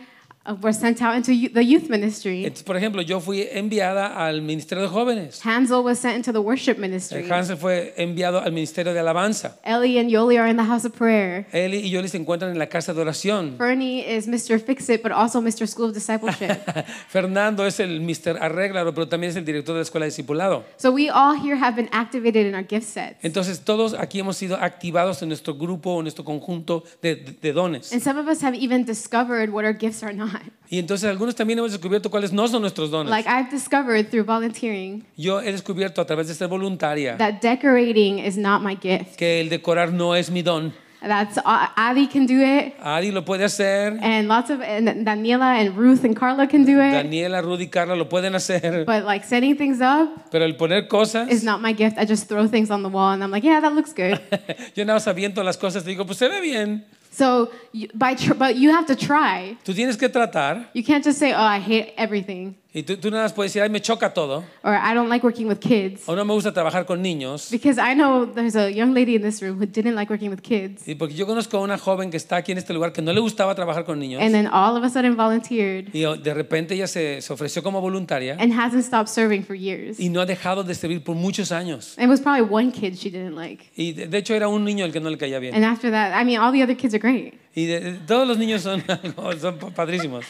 [SPEAKER 3] uh, was sent out into you- the youth ministry.
[SPEAKER 2] Entonces, por ejemplo, yo fui enviada al ministerio de jóvenes.
[SPEAKER 3] Hansel was sent into the worship
[SPEAKER 2] Eh,
[SPEAKER 3] ministry.
[SPEAKER 2] Hansel fue enviado al ministerio de alabanza.
[SPEAKER 3] Ellie and Yoli are in the house of prayer.
[SPEAKER 2] Eli y Yoli se encuentran en la casa de oración.
[SPEAKER 3] Bernie is Mr. Fix It, but also Mr. School of Discipleship.
[SPEAKER 2] Fernando es el Mr. Arréglalo, pero también es el director de la escuela de discipulado.
[SPEAKER 3] so we all here have been activated in our gift sets.
[SPEAKER 2] Entonces todos aquí hemos sido activados en nuestro grupo o nuestro conjunto de, de- de dones.
[SPEAKER 3] And some of us have even discovered what our gifts are not.
[SPEAKER 2] Y entonces algunos también hemos descubierto cuáles no son nuestros dones.
[SPEAKER 3] Like I've discovered through volunteering
[SPEAKER 2] Yo he descubierto a través de ser voluntaria
[SPEAKER 3] that decorating is not my gift.
[SPEAKER 2] que el decorar no es mi don.
[SPEAKER 3] That's Adi can do it,
[SPEAKER 2] Ari lo puede hacer,
[SPEAKER 3] and lots of and Daniela and Ruth and Carla can do it.
[SPEAKER 2] Daniela, Rudy, Carla lo pueden hacer,
[SPEAKER 3] but like setting things up
[SPEAKER 2] pero el poner cosas,
[SPEAKER 3] is not my gift. I just throw things on the wall and I'm like, yeah, that looks good.
[SPEAKER 2] yo nada más aviento las cosas, te digo, pues se ve bien.
[SPEAKER 3] so you, by tr- but you have to try.
[SPEAKER 2] Tú tienes que tratar
[SPEAKER 3] You can't just say, oh, I hate everything.
[SPEAKER 2] y tú, tú nada más puedes decir, ay, me choca todo.
[SPEAKER 3] or I don't like working with kids.
[SPEAKER 2] o no me gusta trabajar con niños.
[SPEAKER 3] Because I know there's a young lady in this room who didn't like working with kids.
[SPEAKER 2] Y porque yo conozco a una joven que está aquí en este lugar que no le gustaba trabajar con niños.
[SPEAKER 3] And then all of a sudden volunteered
[SPEAKER 2] Y oh, de repente ella se, se ofreció como voluntaria
[SPEAKER 3] and hasn't stopped serving for years.
[SPEAKER 2] y no ha dejado de servir por muchos años.
[SPEAKER 3] It was probably one kid she didn't like.
[SPEAKER 2] Y de, de hecho era un niño el que no le caía bien.
[SPEAKER 3] And after that, I mean, all the other kids are great.
[SPEAKER 2] Y de- de- todos los niños son, algo- son pa- padrísimos.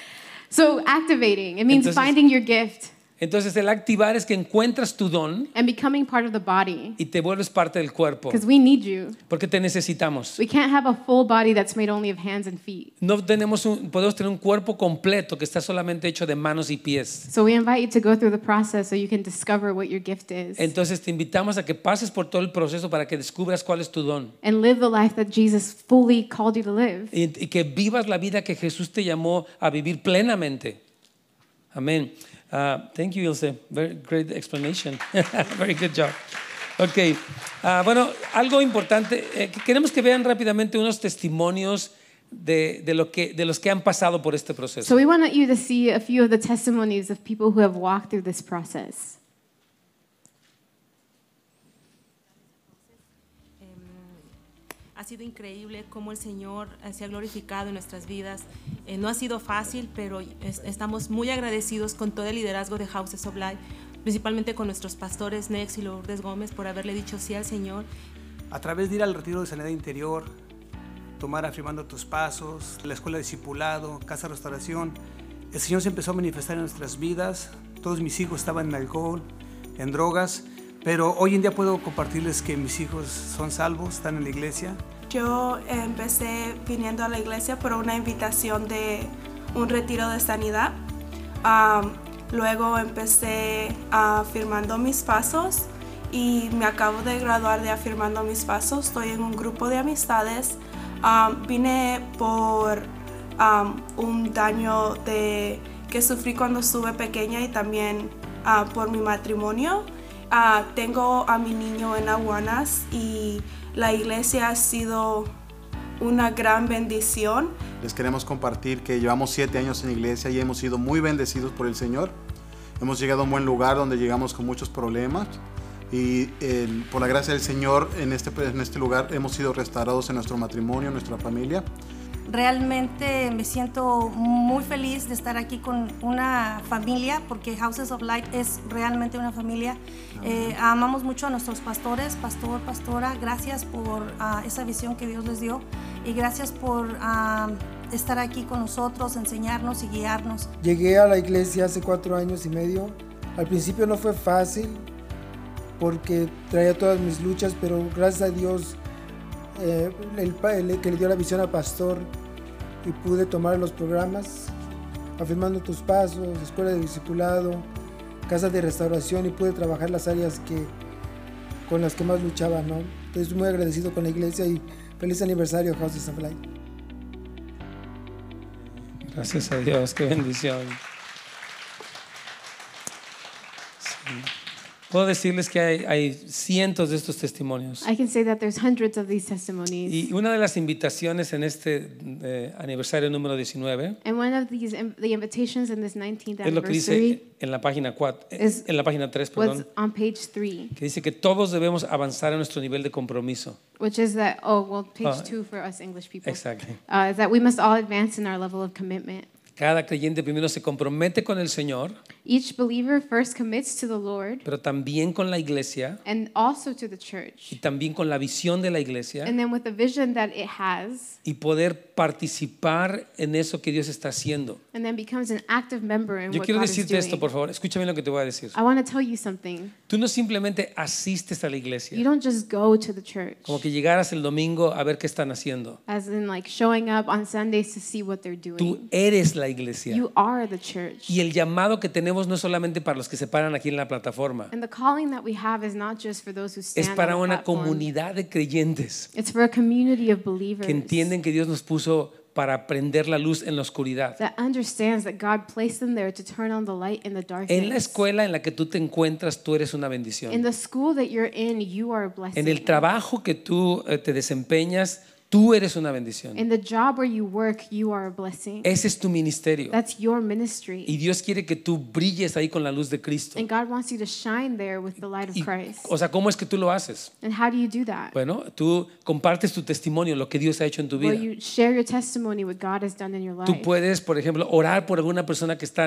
[SPEAKER 3] So activating, it means
[SPEAKER 2] Entonces-
[SPEAKER 3] finding your gift
[SPEAKER 2] Entonces el activar es que encuentras tu don
[SPEAKER 3] and becoming part of the body.
[SPEAKER 2] y te vuelves parte del cuerpo.
[SPEAKER 3] Because we need you.
[SPEAKER 2] Porque te necesitamos.
[SPEAKER 3] We can't have a full body that's made only of hands and feet.
[SPEAKER 2] No tenemos un- podemos tener un cuerpo completo que está solamente hecho de manos y pies.
[SPEAKER 3] So we invite you to go through the process so you can discover what your gift is
[SPEAKER 2] Entonces te invitamos a que pases por todo el proceso para que descubras cuál es tu don.
[SPEAKER 3] and live the life that Jesus fully called you to live.
[SPEAKER 2] y, y que vivas la vida que Jesús te llamó a vivir plenamente. Amén. Ah, thank you, Ilse. Very great explanation. Very good job. Ok. Ah, bueno, algo importante. eh, que queremos que vean rápidamente unos testimonios de, de lo que, de los que han pasado por este proceso.
[SPEAKER 3] So we want you to see a few of the testimonies of people who have walked through this process.
[SPEAKER 4] Em, Ha sido increíble cómo el Señor eh, se ha glorificado en nuestras vidas. Eh, no ha sido fácil, pero es- estamos muy agradecidos con todo el liderazgo de Houses of Life, principalmente con nuestros pastores Nex y Lourdes Gómez por haberle dicho sí al Señor.
[SPEAKER 5] A través de ir al retiro de sanidad interior, tomar afirmando tus pasos, la escuela de discipulado, casa de restauración, el Señor se empezó a manifestar en nuestras vidas. Todos mis hijos estaban en alcohol, en drogas, pero hoy en día puedo compartirles que mis hijos son salvos, están en la iglesia.
[SPEAKER 6] Yo empecé viniendo a la iglesia por una invitación de un retiro de sanidad. Am, luego empecé afirmando mis pasos y me acabo de graduar de afirmando mis pasos. Estoy en un grupo de amistades. Am, vine por am, un daño de, que sufrí cuando estuve pequeña y también ah, por mi matrimonio. Ah, tengo a mi niño en Aguanas y la iglesia ha sido una gran bendición.
[SPEAKER 7] Les queremos compartir que llevamos siete años en iglesia y hemos sido muy bendecidos por el Señor. Hemos llegado a un buen lugar donde llegamos con muchos problemas y eh, por la gracia del Señor en este, en este lugar hemos sido restaurados en nuestro matrimonio, en nuestra familia.
[SPEAKER 8] Realmente me siento muy feliz de estar aquí con una familia, porque Houses of Light es realmente una familia. Eh, amamos mucho a nuestros pastores, pastor, pastora. Gracias por ah, esa visión que Dios les dio y gracias por ah, estar aquí con nosotros, enseñarnos y guiarnos.
[SPEAKER 9] Llegué a la iglesia hace cuatro años y medio. Al principio no fue fácil porque traía todas mis luchas, pero gracias a Dios eh, el, pa- el que le dio la visión al pastor y pude tomar los programas, afirmando tus pasos, escuela de discipulado, casa de restauración y pude trabajar las áreas que con las que más luchaba, ¿no? Entonces muy agradecido con la iglesia y feliz aniversario House of Light.
[SPEAKER 2] Gracias a Dios, qué bendición. Sí. Puedo decirles que hay, hay cientos de estos testimonios.
[SPEAKER 3] I can say that there's hundreds of these testimonies.
[SPEAKER 2] Y una de las invitaciones en este eh, aniversario número 19
[SPEAKER 3] and one of these the invitations in this 19th
[SPEAKER 2] es lo que
[SPEAKER 3] anniversary
[SPEAKER 2] dice en la página 4,
[SPEAKER 3] Es-
[SPEAKER 2] en la página 3,
[SPEAKER 3] was
[SPEAKER 2] perdón,
[SPEAKER 3] on page 3,
[SPEAKER 2] que dice que todos debemos avanzar en nuestro nivel de compromiso.
[SPEAKER 3] which is that oh, well, page
[SPEAKER 2] Ah.
[SPEAKER 3] 2 for us English people.
[SPEAKER 2] Exacto.
[SPEAKER 3] Uh, is that we must all advance in our level of commitment.
[SPEAKER 2] Cada creyente primero se compromete con el Señor,
[SPEAKER 3] Each believer first commits to the Lord
[SPEAKER 2] pero también con la iglesia
[SPEAKER 3] and also to the
[SPEAKER 2] y
[SPEAKER 3] church.
[SPEAKER 2] también con la visión de la iglesia
[SPEAKER 3] And then with the vision that it has,
[SPEAKER 2] y poder participar en eso que Dios está haciendo.
[SPEAKER 3] and then becomes an active member in
[SPEAKER 2] Yo
[SPEAKER 3] what
[SPEAKER 2] quiero
[SPEAKER 3] God is
[SPEAKER 2] decirte esto,
[SPEAKER 3] doing. Ah.
[SPEAKER 2] por favor, escúchame lo que te voy a decir.
[SPEAKER 3] I want to tell you something.
[SPEAKER 2] Tú no simplemente asistes a la
[SPEAKER 3] You
[SPEAKER 2] iglesia,
[SPEAKER 3] don't just go to the church.
[SPEAKER 2] como que llegaras el domingo a ver qué están haciendo.
[SPEAKER 3] As in, like showing up on Sundays to see what they're
[SPEAKER 2] Tú
[SPEAKER 3] doing.
[SPEAKER 2] eres la iglesia.
[SPEAKER 3] You are the church.
[SPEAKER 2] Y el llamado que tenemos no es solamente para los que se paran aquí en la plataforma,
[SPEAKER 3] And the calling that we have is not just for those who stand
[SPEAKER 2] es para
[SPEAKER 3] on the
[SPEAKER 2] una
[SPEAKER 3] platform.
[SPEAKER 2] comunidad de creyentes
[SPEAKER 3] It's for a community of believers
[SPEAKER 2] que entienden que Dios nos puso para prender la luz en la oscuridad.
[SPEAKER 3] that understands that God placed them there to turn on the light in the darkness.
[SPEAKER 2] En la escuela en la que tú te encuentras, tú eres una
[SPEAKER 3] in
[SPEAKER 2] bendición.
[SPEAKER 3] the school that you're in, you are a blessing.
[SPEAKER 2] En el trabajo que tú eh, te desempeñas, tú eres una bendición.
[SPEAKER 3] in the job where you work, you are a blessing.
[SPEAKER 2] Ese es tu ministerio.
[SPEAKER 3] That's your
[SPEAKER 2] Y
[SPEAKER 3] ministry.
[SPEAKER 2] Dios quiere que tú brilles ahí con la luz de Cristo.
[SPEAKER 3] And God wants you to shine there with the light of
[SPEAKER 2] Y,
[SPEAKER 3] Christ.
[SPEAKER 2] o sea, ¿cómo es que tú lo haces?
[SPEAKER 3] And how do you do that?
[SPEAKER 2] Bueno, tú compartes tu testimonio, lo que Dios ha hecho en tu
[SPEAKER 3] Well,
[SPEAKER 2] vida.
[SPEAKER 3] you share your testimony what God has done in your
[SPEAKER 2] Tú
[SPEAKER 3] life.
[SPEAKER 2] puedes, por ejemplo, orar por alguna persona que está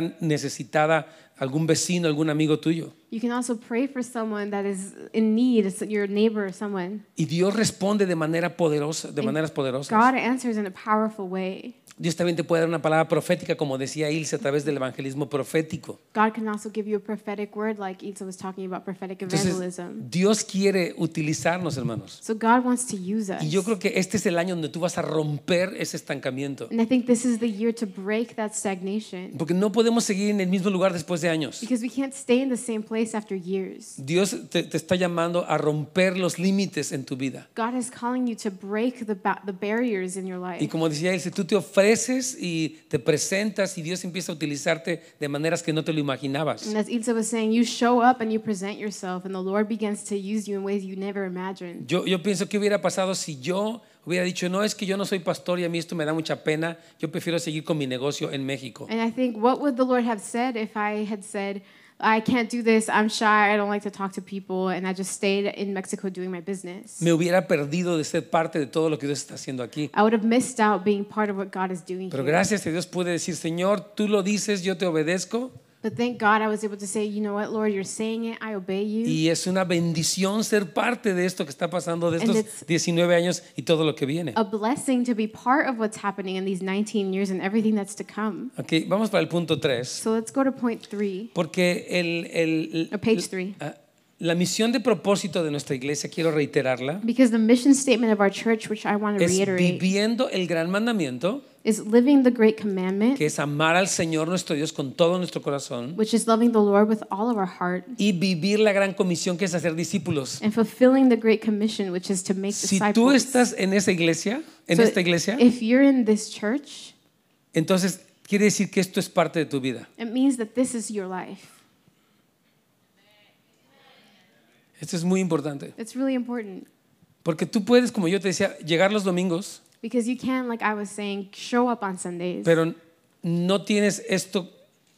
[SPEAKER 2] necesitada, algún vecino, algún amigo tuyo.
[SPEAKER 3] You can also pray for someone that is in need, it's your neighbor or someone.
[SPEAKER 2] Y Dios responde de manera poderosa, de
[SPEAKER 3] And
[SPEAKER 2] maneras poderosas.
[SPEAKER 3] God answers in a powerful way.
[SPEAKER 2] Dios también te puede dar una palabra profética, como decía Ilse, a través del evangelismo profético.
[SPEAKER 3] God can also give you a prophetic word, like Isa was talking about prophetic
[SPEAKER 2] Entonces,
[SPEAKER 3] evangelism.
[SPEAKER 2] Dios quiere utilizarnos, hermanos.
[SPEAKER 3] So God wants to use us.
[SPEAKER 2] Y yo creo que este es el año donde tú vas a romper ese estancamiento.
[SPEAKER 3] And I think this is the year to break that stagnation
[SPEAKER 2] Porque no podemos seguir en el mismo lugar después de años.
[SPEAKER 3] because we can't stay in the same place after years.
[SPEAKER 2] Dios te, te está llamando a romper los límites en tu vida.
[SPEAKER 3] God is calling you to break the, ba- the barriers in your
[SPEAKER 2] Y
[SPEAKER 3] life.
[SPEAKER 2] como decía él, si tú te ofreces y te presentas y Dios empieza a utilizarte de maneras que no te lo imaginabas.
[SPEAKER 3] And as Ilse was saying, you show up and you present yourself, and the Lord begins to use you in ways you never imagined.
[SPEAKER 2] Yo, yo pienso que hubiera pasado si yo hubiera dicho, no, es que yo no soy pastor y a mí esto me da mucha pena, yo prefiero seguir con mi negocio en México.
[SPEAKER 3] And I think, what would the Lord have said if I had said, I can't do this, I'm shy, I don't like to talk to people, and I just stayed in Mexico doing my business?
[SPEAKER 2] Me hubiera perdido de ser parte de todo lo que Dios está haciendo aquí.
[SPEAKER 3] I would have missed out being part of what God is doing
[SPEAKER 2] Pero
[SPEAKER 3] here.
[SPEAKER 2] gracias a Dios pude decir, Señor, tú lo dices, yo te obedezco.
[SPEAKER 3] But thank God I was able to say, you know what, Lord, you're saying it, I obey you.
[SPEAKER 2] Y es una bendición ser parte de esto que está pasando de
[SPEAKER 3] And
[SPEAKER 2] estos
[SPEAKER 3] it's-
[SPEAKER 2] 19 años y todo lo que viene.
[SPEAKER 3] A blessing to be part of what's happening in these 19 years and everything that's to come.
[SPEAKER 2] Ok, vamos para el punto 3.
[SPEAKER 3] So let's go to point three.
[SPEAKER 2] Porque el, el-
[SPEAKER 3] Or page three.
[SPEAKER 2] ah, la misión de propósito de nuestra iglesia, quiero reiterarla,
[SPEAKER 3] Because the mission statement of our church, which I want to
[SPEAKER 2] es
[SPEAKER 3] reiterate,
[SPEAKER 2] viviendo el gran mandamiento,
[SPEAKER 3] is living the great commandment,
[SPEAKER 2] que es amar al Señor nuestro Dios con todo nuestro corazón,
[SPEAKER 3] which is loving the Lord with all of our heart,
[SPEAKER 2] y vivir la gran comisión, que es hacer discípulos.
[SPEAKER 3] and fulfilling the great commission, which is to make
[SPEAKER 2] Si tú
[SPEAKER 3] disciples.
[SPEAKER 2] estás en esa iglesia, en
[SPEAKER 3] So eh,
[SPEAKER 2] esta iglesia,
[SPEAKER 3] if you're in this church,
[SPEAKER 2] entonces quiere decir que esto es parte de tu vida.
[SPEAKER 3] it means that this is your life.
[SPEAKER 2] Esto es muy importante.
[SPEAKER 3] It's really important
[SPEAKER 2] Porque tú puedes, como yo te decía, llegar los domingos,
[SPEAKER 3] because you can, like I was saying, show up on Sundays
[SPEAKER 2] pero no tienes esto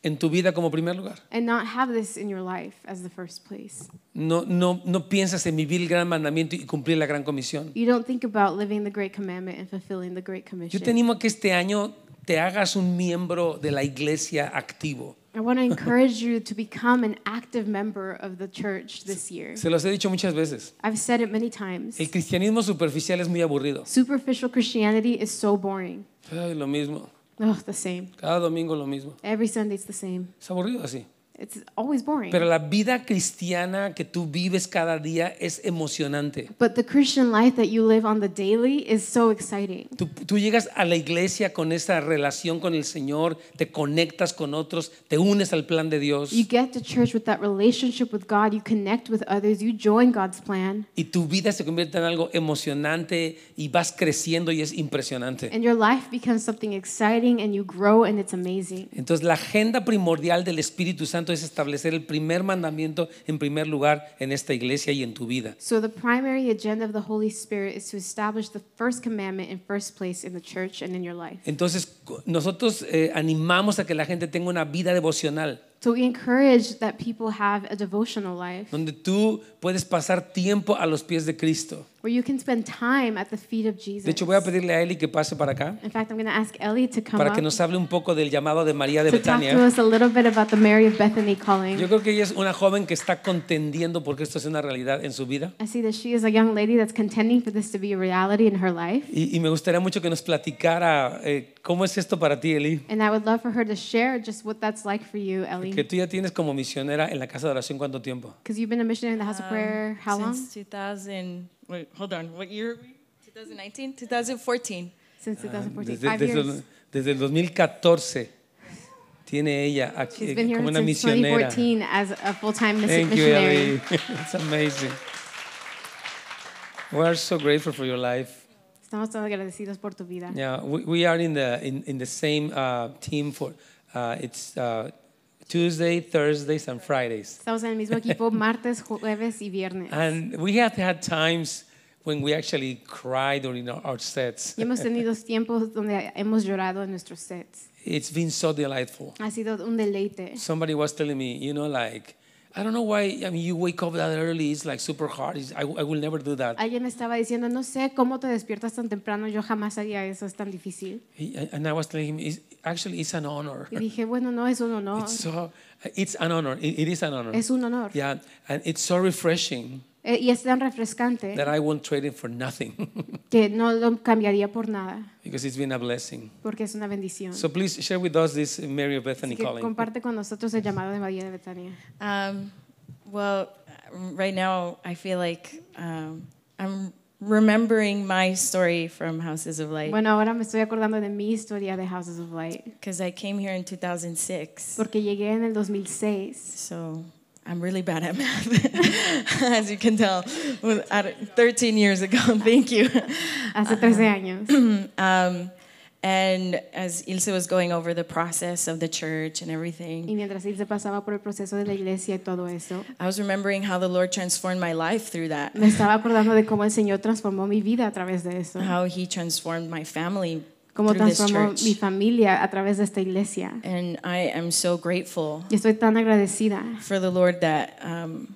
[SPEAKER 2] en tu vida como primer lugar.
[SPEAKER 3] and not have this in your life as the first place.
[SPEAKER 2] No, no, no piensas en vivir el gran mandamiento y cumplir la gran comisión.
[SPEAKER 3] You don't think about living the great commandment and fulfilling the great commission.
[SPEAKER 2] Yo te animo a que este año te hagas un miembro de la iglesia activo.
[SPEAKER 3] I want to encourage you to become an active member of the church this year.
[SPEAKER 2] Se los he dicho muchas veces.
[SPEAKER 3] I've said it many times.
[SPEAKER 2] El cristianismo superficial es muy aburrido.
[SPEAKER 3] Superficial Christianity is so boring.
[SPEAKER 2] Ay, lo mismo.
[SPEAKER 3] Oh, the same.
[SPEAKER 2] Cada domingo lo mismo.
[SPEAKER 3] Every Sunday it's the same.
[SPEAKER 2] Es aburrido así.
[SPEAKER 3] It's always boring.
[SPEAKER 2] Pero la vida cristiana que tú vives cada día es emocionante.
[SPEAKER 3] But the Christian life that you live on the daily is so exciting.
[SPEAKER 2] Tú, tú llegas a la iglesia con esa relación con el Señor, te conectas con otros, te unes al plan de Dios
[SPEAKER 3] You get to church with that relationship with God, you connect with others, you join God's plan,
[SPEAKER 2] y tu vida se convierte en algo emocionante y vas creciendo y es impresionante.
[SPEAKER 3] and your life becomes something exciting and you grow and it's amazing.
[SPEAKER 2] Entonces la agenda primordial del Espíritu Santo es establecer el primer mandamiento en primer lugar en esta iglesia y en tu vida.
[SPEAKER 3] So the primary agenda of the Holy Spirit is to establish the first commandment in first place in the church and in your life.
[SPEAKER 2] Entonces co- nosotros eh, animamos a que la gente tenga una vida devocional
[SPEAKER 3] So we encourage that people have a devotional life
[SPEAKER 2] donde tú puedes pasar tiempo a los pies de Cristo.
[SPEAKER 3] where you can spend time at the feet of Jesus.
[SPEAKER 2] De hecho voy a pedirle a Eli que pase para acá.
[SPEAKER 3] In fact, I'm going to ask Ellie to come
[SPEAKER 2] para
[SPEAKER 3] up
[SPEAKER 2] que nos hable un poco del llamado de María de
[SPEAKER 3] to talk to
[SPEAKER 2] Betania.
[SPEAKER 3] us a little bit about the Mary of Bethany calling.
[SPEAKER 2] Yo creo que ella es una joven que está contendiendo porque esto es una realidad en su vida.
[SPEAKER 3] I see that she is a young lady that's contending for this to be a reality in her life.
[SPEAKER 2] Y, y me gustaría mucho que nos platicara eh, cómo es esto para ti, Eli.
[SPEAKER 3] And I would love for her to share just what that's like for you,
[SPEAKER 2] Que
[SPEAKER 3] Ellie.
[SPEAKER 2] tú ya tienes como misionera en la casa de oración cuánto tiempo.
[SPEAKER 3] Because you've been a missionary in the House of Prayer how long?
[SPEAKER 10] Since 2000. Wait, hold on. What year? are we? 2019, 2014.
[SPEAKER 2] Ah,
[SPEAKER 3] Since 2014.
[SPEAKER 2] Desde,
[SPEAKER 3] Five
[SPEAKER 2] desde
[SPEAKER 3] years.
[SPEAKER 2] el- desde el 2014 tiene ella aquí
[SPEAKER 3] She's
[SPEAKER 2] eh,
[SPEAKER 3] been here
[SPEAKER 2] como una
[SPEAKER 3] since
[SPEAKER 2] misionera.
[SPEAKER 3] 2014 as a full-time missi-
[SPEAKER 2] Thank you,
[SPEAKER 3] missionary.
[SPEAKER 2] Eli. It's amazing. We are so grateful for your life.
[SPEAKER 3] Estamos todos agradecidos por tu vida.
[SPEAKER 2] Yeah, we, we are in the in, in the same uh, team for uh, it's uh, Tuesday, Thursdays, and Fridays.
[SPEAKER 3] Estamos en el mismo equipo martes, jueves y viernes.
[SPEAKER 2] And we have had times when we actually cried during our, our sets.
[SPEAKER 3] Y hemos tenido tiempos donde hemos llorado en nuestros sets.
[SPEAKER 2] It's been so delightful.
[SPEAKER 3] Ha sido un deleite.
[SPEAKER 2] Somebody was telling me, you know, like I don't know why. I mean, you wake up that early. It's like super hard. It's, I, I will never do that.
[SPEAKER 3] Alguien me estaba diciendo, no sé cómo te despiertas tan temprano, yo jamás haría eso, es tan difícil.
[SPEAKER 2] He- and I was telling him, it's, actually, it's an honor.
[SPEAKER 3] Y dije, bueno, no, es un honor.
[SPEAKER 2] It's so, uh, it's an honor. It- it is an honor.
[SPEAKER 3] Es un honor.
[SPEAKER 2] Yeah, and it's so refreshing.
[SPEAKER 3] Eh, Y es tan refrescante
[SPEAKER 2] that I won't trade it for nothing
[SPEAKER 3] que no lo cambiaría por nada,
[SPEAKER 2] because it's been a blessing.
[SPEAKER 3] porque es una bendición.
[SPEAKER 2] So please share with us this Mary of Bethany
[SPEAKER 3] Así que
[SPEAKER 2] calling.
[SPEAKER 3] comparte con nosotros el llamado de María de Betania.
[SPEAKER 10] Um, well, right now I feel like um, I'm remembering my story from Houses of Light
[SPEAKER 3] Bueno, ahora me estoy acordando de mi historia de Houses of Light,
[SPEAKER 10] because I came here in 2006.
[SPEAKER 3] porque llegué en el 2006.
[SPEAKER 10] So I'm really bad at math, as you can tell. Well, I don't- 13 years ago, thank you.
[SPEAKER 3] Hace 13 años.
[SPEAKER 10] Um, And as Ilse was going over the process of the church and
[SPEAKER 3] Y
[SPEAKER 10] everything,
[SPEAKER 3] mientras él se pasaba por el proceso de la iglesia y todo eso,
[SPEAKER 10] I was remembering how the Lord transformed my life through that,
[SPEAKER 3] me estaba acordando de cómo el Señor transformó mi vida a través de eso,
[SPEAKER 10] how He transformed my family
[SPEAKER 3] cómo
[SPEAKER 10] through this
[SPEAKER 3] transformó
[SPEAKER 10] church.
[SPEAKER 3] mi familia a través de esta iglesia.
[SPEAKER 10] And I am so grateful
[SPEAKER 3] Y estoy tan agradecida
[SPEAKER 10] for the Lord that, um,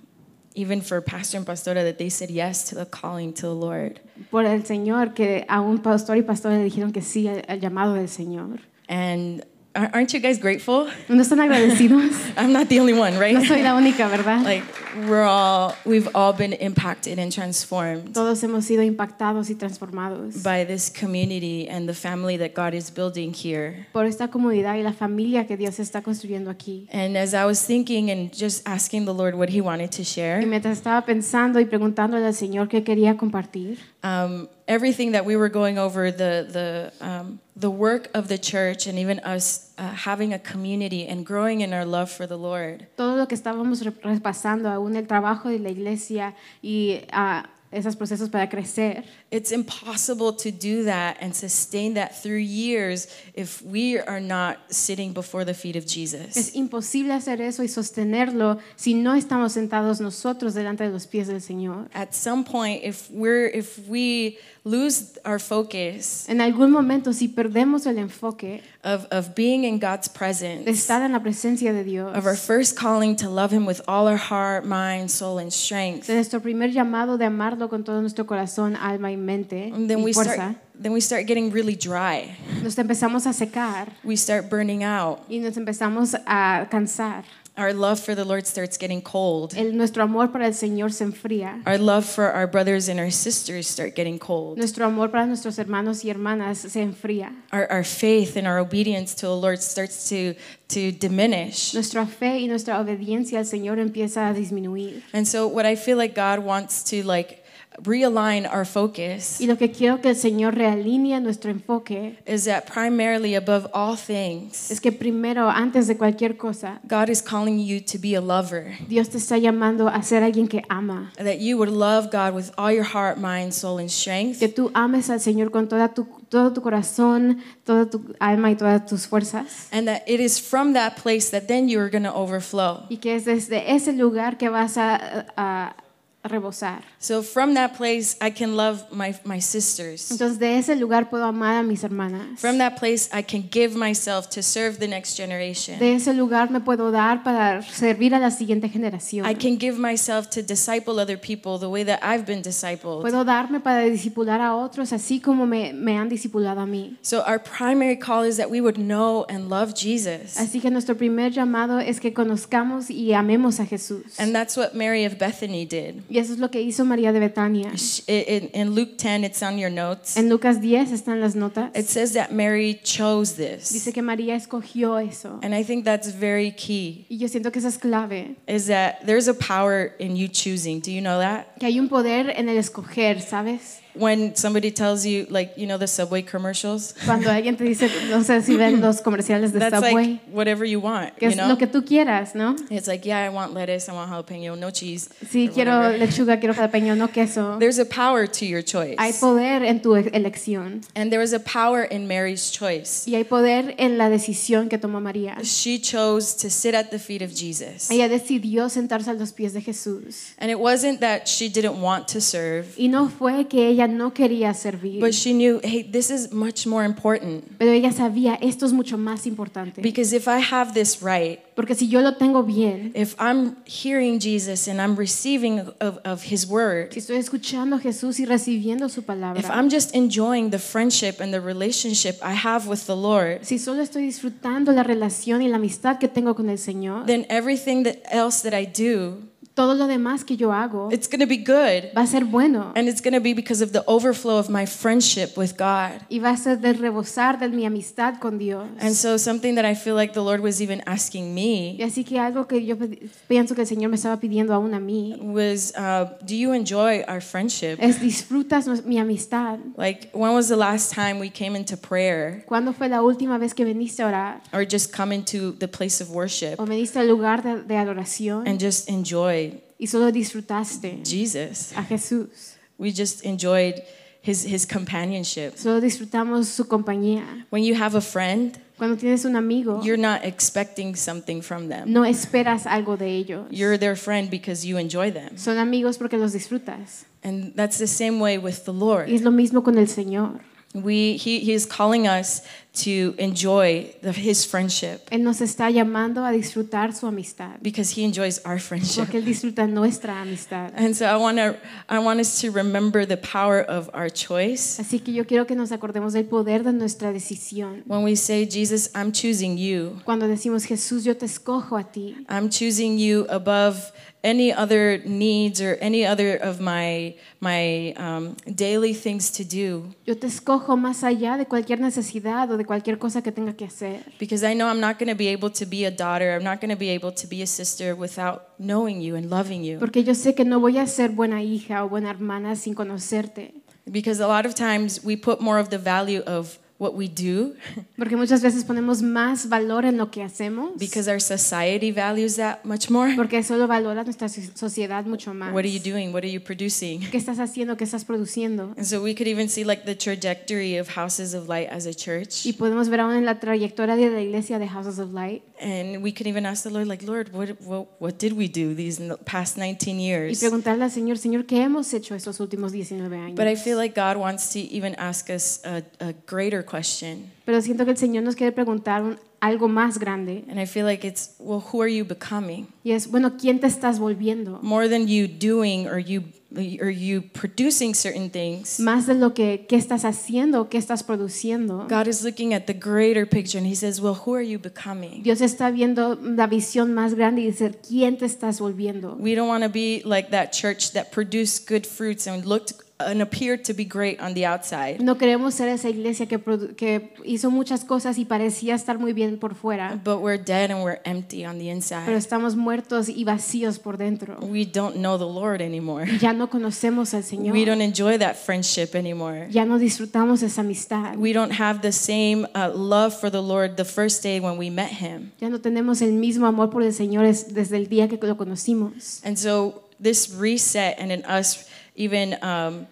[SPEAKER 10] even for Pastor and Pastora, that they said yes to the calling to the Lord.
[SPEAKER 3] por el Señor que a un pastor y pastora le dijeron que sí al, al llamado del Señor.
[SPEAKER 10] And ar- aren't you guys grateful?
[SPEAKER 3] ¿No están agradecidos?
[SPEAKER 10] I'm not the only one, right?
[SPEAKER 3] No soy la única, ¿verdad?
[SPEAKER 10] like we're all, we've all been impacted and transformed
[SPEAKER 3] Todos hemos sido impactados y transformados
[SPEAKER 10] by this community and the family that God is building here.
[SPEAKER 3] por esta comunidad y la familia que Dios está construyendo aquí.
[SPEAKER 10] And as I was thinking and just asking the Lord what He wanted to
[SPEAKER 3] Y
[SPEAKER 10] share,
[SPEAKER 3] mientras estaba pensando y preguntándole al Señor qué quería compartir,
[SPEAKER 10] um, everything that we were going over, the the um, the work of the church, and even us uh, having a community and growing in our love for the Lord,
[SPEAKER 3] todo lo que estábamos re- repasando, aún el trabajo de la iglesia y ah, esos procesos para crecer,
[SPEAKER 10] it's impossible to do that and sustain that through years if we are not sitting before the feet of Jesus.
[SPEAKER 3] es imposible hacer eso y sostenerlo si no estamos sentados nosotros delante de los pies del Señor.
[SPEAKER 10] At some point, if we're if we lose our focus
[SPEAKER 3] En algún momento, si perdemos el enfoque
[SPEAKER 10] of of being in God's
[SPEAKER 3] de
[SPEAKER 10] presence.
[SPEAKER 3] estar en la presencia de Dios,
[SPEAKER 10] of our first calling to love him with all our heart, mind, soul, and strength.
[SPEAKER 3] de nuestro primer llamado de amarlo con todo nuestro corazón, alma y mente
[SPEAKER 10] And then
[SPEAKER 3] y
[SPEAKER 10] we
[SPEAKER 3] fuerza,
[SPEAKER 10] start then we start getting really dry.
[SPEAKER 3] nos empezamos a secar
[SPEAKER 10] We start burning out.
[SPEAKER 3] y nos empezamos a cansar.
[SPEAKER 10] Our love for the Lord starts getting cold.
[SPEAKER 3] El- nuestro amor para el Señor se enfría.
[SPEAKER 10] Our love for our brothers and our sisters start getting cold.
[SPEAKER 3] Nuestro amor para nuestros hermanos y hermanas se enfría.
[SPEAKER 10] Our, our faith and our obedience to the Lord starts to, to diminish.
[SPEAKER 3] Nuestra fe y nuestra obediencia al Señor empieza a disminuir.
[SPEAKER 10] And so what I feel like God wants to like realign our focus
[SPEAKER 3] Y lo que quiero que el Señor realinee nuestro enfoque
[SPEAKER 10] is that primarily above all things,
[SPEAKER 3] es que primero, antes de cualquier cosa,
[SPEAKER 10] God is calling you to be a lover.
[SPEAKER 3] Dios te está llamando a ser alguien que ama.
[SPEAKER 10] that you would love God with all your heart, mind, soul, and strength,
[SPEAKER 3] Que tú ames al Señor con toda tu, todo tu corazón, toda tu alma y todas tus fuerzas.
[SPEAKER 10] and that it is from that place that then you are going to overflow.
[SPEAKER 3] Y que es desde ese lugar que vas a, a rebosar.
[SPEAKER 10] So from that place, I can love my, my sisters.
[SPEAKER 3] Entonces, de ese lugar puedo amar a mis hermanas.
[SPEAKER 10] From that place, I can give myself to serve the next
[SPEAKER 3] De
[SPEAKER 10] generation.
[SPEAKER 3] ese lugar me puedo dar para servir a la siguiente generación.
[SPEAKER 10] I can give myself to disciple other people the way that I've been discipled.
[SPEAKER 3] Puedo darme para discipular a otros así como me, me han discipulado a mí.
[SPEAKER 10] So our primary call is that we would know and love Jesus.
[SPEAKER 3] Así que nuestro primer llamado es que conozcamos y amemos a Jesús.
[SPEAKER 10] And that's what Mary of Bethany did.
[SPEAKER 3] Y eso es lo que hizo María de Betania.
[SPEAKER 10] She- In, in Luke 10, it's on your notes.
[SPEAKER 3] En Lucas 10 están las notas.
[SPEAKER 10] It says that Mary chose this.
[SPEAKER 3] Dice que María escogió eso.
[SPEAKER 10] And I think that's very key
[SPEAKER 3] Y yo siento que eso es clave.
[SPEAKER 10] is that there's a power in you choosing. Do you know that?
[SPEAKER 3] Que hay un poder en el escoger, ¿sabes?
[SPEAKER 10] When somebody tells you, like, you know, the subway commercials,
[SPEAKER 3] Cuando alguien te dice, no sé si ven los comerciales de
[SPEAKER 10] that's
[SPEAKER 3] Subway,
[SPEAKER 10] like whatever you want,
[SPEAKER 3] que
[SPEAKER 10] you
[SPEAKER 3] es lo
[SPEAKER 10] know?
[SPEAKER 3] que tú quieras, ¿no?
[SPEAKER 10] It's like, yeah, I want lettuce, I want jalapeno, no cheese.
[SPEAKER 3] Sí,
[SPEAKER 10] or
[SPEAKER 3] quiero
[SPEAKER 10] whatever.
[SPEAKER 3] lechuga, quiero jalapeño, no queso.
[SPEAKER 10] There's a power to your choice.
[SPEAKER 3] Hay poder en tu e- elección
[SPEAKER 10] And there was a power in Mary's choice.
[SPEAKER 3] y hay poder en la decisión que tomó María.
[SPEAKER 10] She chose to sit at the feet of Jesus.
[SPEAKER 3] Ella decidió sentarse a los pies de Jesús.
[SPEAKER 10] And it wasn't that she didn't want to serve,
[SPEAKER 3] Y no fue que ella no quería servir,
[SPEAKER 10] but she knew, hey, this is much more important.
[SPEAKER 3] pero ella sabía, esto es mucho más importante.
[SPEAKER 10] Because if I have this right,
[SPEAKER 3] Porque si yo lo tengo bien,
[SPEAKER 10] if I'm hearing Jesus and I'm receiving of, of his word,
[SPEAKER 3] si estoy escuchando a Jesús y recibiendo su
[SPEAKER 10] if
[SPEAKER 3] palabra,
[SPEAKER 10] I'm just enjoying the friendship and the relationship I have with the Lord,
[SPEAKER 3] si solo estoy disfrutando la relación y la amistad que tengo con el Señor,
[SPEAKER 10] then everything that else that I do,
[SPEAKER 3] todo lo demás que yo hago
[SPEAKER 10] it's going to be good.
[SPEAKER 3] va a ser bueno
[SPEAKER 10] And it's going to be because of the overflow of my friendship with God.
[SPEAKER 3] y va a ser del rebosar de mi amistad con Dios.
[SPEAKER 10] And so something that I feel like the Lord was even asking
[SPEAKER 3] Y
[SPEAKER 10] me
[SPEAKER 3] así que algo que yo pe- pienso que el Señor me estaba pidiendo aún a mí
[SPEAKER 10] was, uh, do you enjoy our friendship?
[SPEAKER 3] es disfrutas nos- mi amistad.
[SPEAKER 10] Like, when was the last time we came into prayer
[SPEAKER 3] ¿Cuándo fue la última vez que viniste a orar
[SPEAKER 10] or just come into the place of worship
[SPEAKER 3] o viniste al lugar de, de adoración
[SPEAKER 10] and just enjoy
[SPEAKER 3] y solo disfrutaste
[SPEAKER 10] Jesus.
[SPEAKER 3] a Jesús?
[SPEAKER 10] We just enjoyed his, his companionship.
[SPEAKER 3] Solo disfrutamos su compañía.
[SPEAKER 10] When you have a friend,
[SPEAKER 3] Cuando tienes un amigo,
[SPEAKER 10] you're not expecting something from them.
[SPEAKER 3] no esperas algo de ellos.
[SPEAKER 10] You're their friend because you enjoy them.
[SPEAKER 3] Son amigos porque los disfrutas.
[SPEAKER 10] And that's the same way with the
[SPEAKER 3] Y es
[SPEAKER 10] Lord.
[SPEAKER 3] lo mismo con el Señor.
[SPEAKER 10] We, he, he is calling us to enjoy the, His friendship
[SPEAKER 3] Él nos está llamando a disfrutar su amistad,
[SPEAKER 10] because He enjoys our friendship.
[SPEAKER 3] porque Él disfruta nuestra amistad.
[SPEAKER 10] And so I, wanna, I want us to remember the power of our choice.
[SPEAKER 3] Así que yo quiero que nos acordemos del poder de nuestra decisión.
[SPEAKER 10] When we say, Jesus, I'm choosing you,
[SPEAKER 3] Cuando decimos, Jesús, yo te escojo a ti.
[SPEAKER 10] I'm choosing you above any other needs or any other of my, my um, daily things to do
[SPEAKER 3] Yo te escojo más allá de cualquier necesidad o de cualquier cosa que tenga que hacer.
[SPEAKER 10] because I know I'm not going to be able to be a daughter, I'm not going to be able to be a sister without knowing you and loving you.
[SPEAKER 3] Porque yo sé que no voy a ser buena hija o buena hermana sin conocerte.
[SPEAKER 10] Because a lot of times we put more of the value of what we do
[SPEAKER 3] Porque muchas veces ponemos más valor en lo que hacemos.
[SPEAKER 10] because our society values that much more.
[SPEAKER 3] Porque eso lo valora nuestra so- sociedad mucho más.
[SPEAKER 10] What are you doing? What are you producing?
[SPEAKER 3] ¿Qué estás haciendo? ¿Qué estás produciendo?
[SPEAKER 10] And so we could even see like the trajectory of Houses of Light as a church.
[SPEAKER 3] Y podemos ver aún en la trayectoria de la iglesia de Houses of Light.
[SPEAKER 10] And we could even ask the Lord, like, Lord, what, what, what did we do these n- past 19
[SPEAKER 3] Y
[SPEAKER 10] years?
[SPEAKER 3] preguntarle al Señor, Señor, ¿qué hemos hecho estos últimos 19 años?
[SPEAKER 10] But I feel like God wants to even ask us a, a greater question.
[SPEAKER 3] Pero siento que el Señor nos quiere preguntar un- algo más grande.
[SPEAKER 10] And I feel like it's, well, who are you becoming?
[SPEAKER 3] Y es, bueno, ¿quién te estás volviendo?
[SPEAKER 10] More than you doing or you, or you producing certain things.
[SPEAKER 3] Más de lo que qué estás haciendo, qué estás produciendo.
[SPEAKER 10] God is looking at the greater picture and He says, Well, who are you becoming?
[SPEAKER 3] Dios está viendo la visión más grande y dice, ¿quién te estás volviendo?
[SPEAKER 10] We don't want to be like that church that produced good fruits and looked and appeared to be great on the outside,
[SPEAKER 3] No queremos ser esa iglesia que, produ- que hizo muchas cosas y parecía estar muy bien por fuera,
[SPEAKER 10] but we're dead and we're empty on the
[SPEAKER 3] pero
[SPEAKER 10] inside.
[SPEAKER 3] estamos muertos y vacíos por dentro.
[SPEAKER 10] We don't know the Lord anymore.
[SPEAKER 3] Ya no conocemos al Señor.
[SPEAKER 10] We don't enjoy that friendship anymore.
[SPEAKER 3] Ya no disfrutamos esa amistad.
[SPEAKER 10] We don't have the same uh, love for the Lord the first day when we met Him.
[SPEAKER 3] Ya no tenemos el mismo amor por el Señor es- desde el día que lo conocimos.
[SPEAKER 10] And so, this reset and in us even um,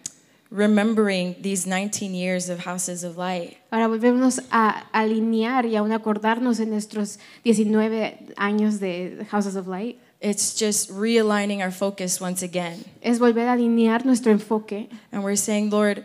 [SPEAKER 10] remembering these 19 years of Houses of Light.
[SPEAKER 3] Ahora volvemos a alinear y aún acordarnos de nuestros 19 años de Houses of Light.
[SPEAKER 10] It's just realigning our focus once again.
[SPEAKER 3] Es volver a alinear nuestro enfoque
[SPEAKER 10] And we're saying, Lord,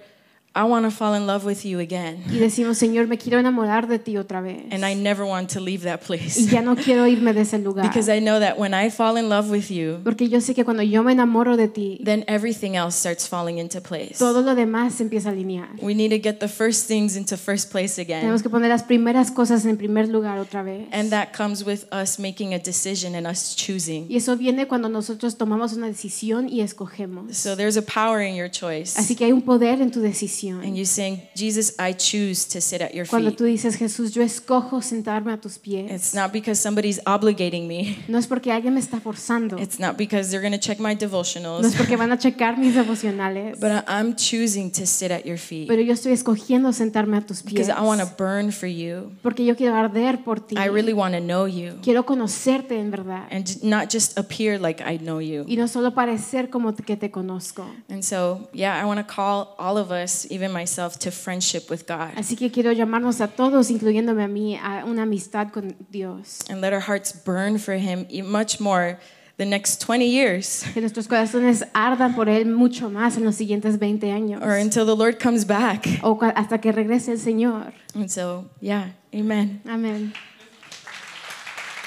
[SPEAKER 10] I want to fall in love with you again.
[SPEAKER 3] y decimos, Señor, me quiero enamorar de ti otra vez.
[SPEAKER 10] And I never want to leave that
[SPEAKER 3] Y
[SPEAKER 10] place.
[SPEAKER 3] ya no quiero irme de ese lugar.
[SPEAKER 10] Because I know that when I fall in love with you,
[SPEAKER 3] Porque yo sé que cuando yo me enamoro de ti,
[SPEAKER 10] then everything else starts falling into place.
[SPEAKER 3] todo lo demás se empieza a alinear.
[SPEAKER 10] We need to get the first things into first place again.
[SPEAKER 3] Tenemos que poner las primeras cosas en primer lugar otra vez.
[SPEAKER 10] And that comes with us making a decision and us choosing.
[SPEAKER 3] Y eso viene cuando nosotros tomamos una decisión y escogemos.
[SPEAKER 10] So there's a power in your choice.
[SPEAKER 3] Así que hay un poder en tu decisión.
[SPEAKER 10] And you're saying, Jesus, I choose to sit at your
[SPEAKER 3] Cuando
[SPEAKER 10] feet.
[SPEAKER 3] tú dices, Jesús, yo escojo sentarme a tus pies.
[SPEAKER 10] It's not because somebody's obligating me.
[SPEAKER 3] No es porque alguien me está forzando.
[SPEAKER 10] It's not because they're going to check
[SPEAKER 3] No
[SPEAKER 10] my
[SPEAKER 3] es
[SPEAKER 10] devotionals,
[SPEAKER 3] porque van a checar mis devocionales.
[SPEAKER 10] but I- I'm choosing to sit at your feet
[SPEAKER 3] Pero yo estoy escogiendo sentarme a tus
[SPEAKER 10] because
[SPEAKER 3] pies.
[SPEAKER 10] I want to burn for you.
[SPEAKER 3] Porque yo quiero arder por ti.
[SPEAKER 10] I really want to know you
[SPEAKER 3] Quiero conocerte en verdad.
[SPEAKER 10] and j- not just appear like I know you.
[SPEAKER 3] Y no solo parecer como que te conozco.
[SPEAKER 10] And so, yeah, I want to call all of us, even myself, to friendship with God
[SPEAKER 3] Así que quiero llamarnos a todos, incluyéndome a mí, a una amistad con Dios.
[SPEAKER 10] and let our hearts burn for Him e- much more the next 20 years
[SPEAKER 3] Que nuestros corazones ardan por Él mucho más en los siguientes 20 años.
[SPEAKER 10] or until the Lord comes back.
[SPEAKER 3] O cua- hasta que regrese el Señor.
[SPEAKER 10] And so, yeah, amen.
[SPEAKER 3] Amén.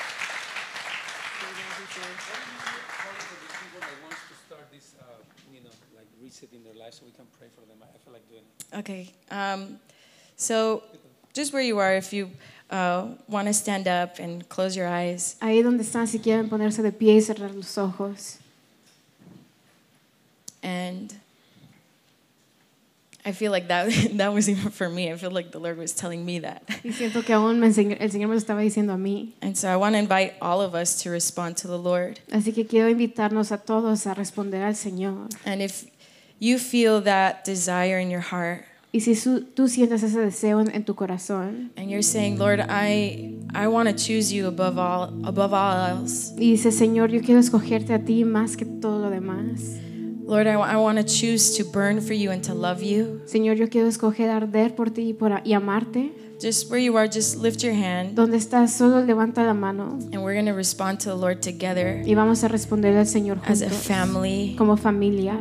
[SPEAKER 2] uh,
[SPEAKER 10] Okay. Um, so, just where you are, if you uh, want to stand up and close your eyes,
[SPEAKER 3] Ahí donde están, si quieren ponerse de pie y cerrar los ojos.
[SPEAKER 10] and I feel like that that was even for me. I feel like the Lord was telling me that.
[SPEAKER 3] Y siento que aún me enseñ- el Señor me lo estaba diciendo a mí.
[SPEAKER 10] And so, I want to invite all of us to respond to the Lord.
[SPEAKER 3] Así que quiero invitarnos a todos a responder al Señor.
[SPEAKER 10] And if you feel that desire in your heart,
[SPEAKER 3] Y si su- tú sientes ese deseo en, en tu corazón
[SPEAKER 10] and you're saying, "Lord, I I want to choose you above all above all else,"
[SPEAKER 3] y dices, Señor, yo quiero escogerte a ti más que todo lo demás,
[SPEAKER 10] Lord, I want to choose to burn for you and to love you.
[SPEAKER 3] Señor, yo quiero escoger arder por ti y, por, y amarte.
[SPEAKER 10] Just where you are, just lift your hand.
[SPEAKER 3] Donde estás, solo levanta la mano
[SPEAKER 10] And we're going to respond to the Lord together
[SPEAKER 3] y vamos a responder al Señor
[SPEAKER 10] as a
[SPEAKER 3] juntos,
[SPEAKER 10] family.
[SPEAKER 3] como familia.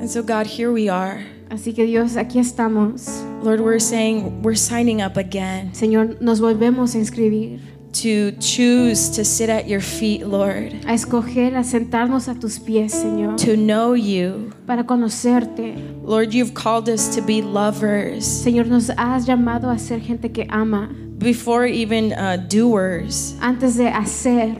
[SPEAKER 10] And so, God, here we are.
[SPEAKER 3] Así que Dios, aquí estamos.
[SPEAKER 10] Lord, we're saying we're signing up again
[SPEAKER 3] Señor, nos volvemos a inscribir,
[SPEAKER 10] to choose to sit at your feet, Lord,
[SPEAKER 3] a escoger, a sentarnos a tus pies, Señor,
[SPEAKER 10] to know you.
[SPEAKER 3] para conocerte.
[SPEAKER 10] Lord, you've called us to be lovers
[SPEAKER 3] Señor, nos has llamado a ser gente que ama.
[SPEAKER 10] before even uh, doers.
[SPEAKER 3] Antes de hacer,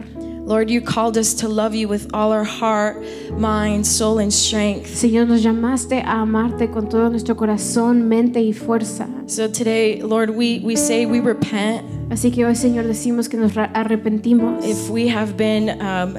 [SPEAKER 10] Lord, you called us to love you with all our heart, mind, soul, and strength.
[SPEAKER 3] Señor, nos llamaste a amarte con todo nuestro corazón, mente y fuerza.
[SPEAKER 10] So today, Lord, we, we say we repent
[SPEAKER 3] Así que hoy, Señor, decimos que nos ra- arrepentimos
[SPEAKER 10] if we have been um,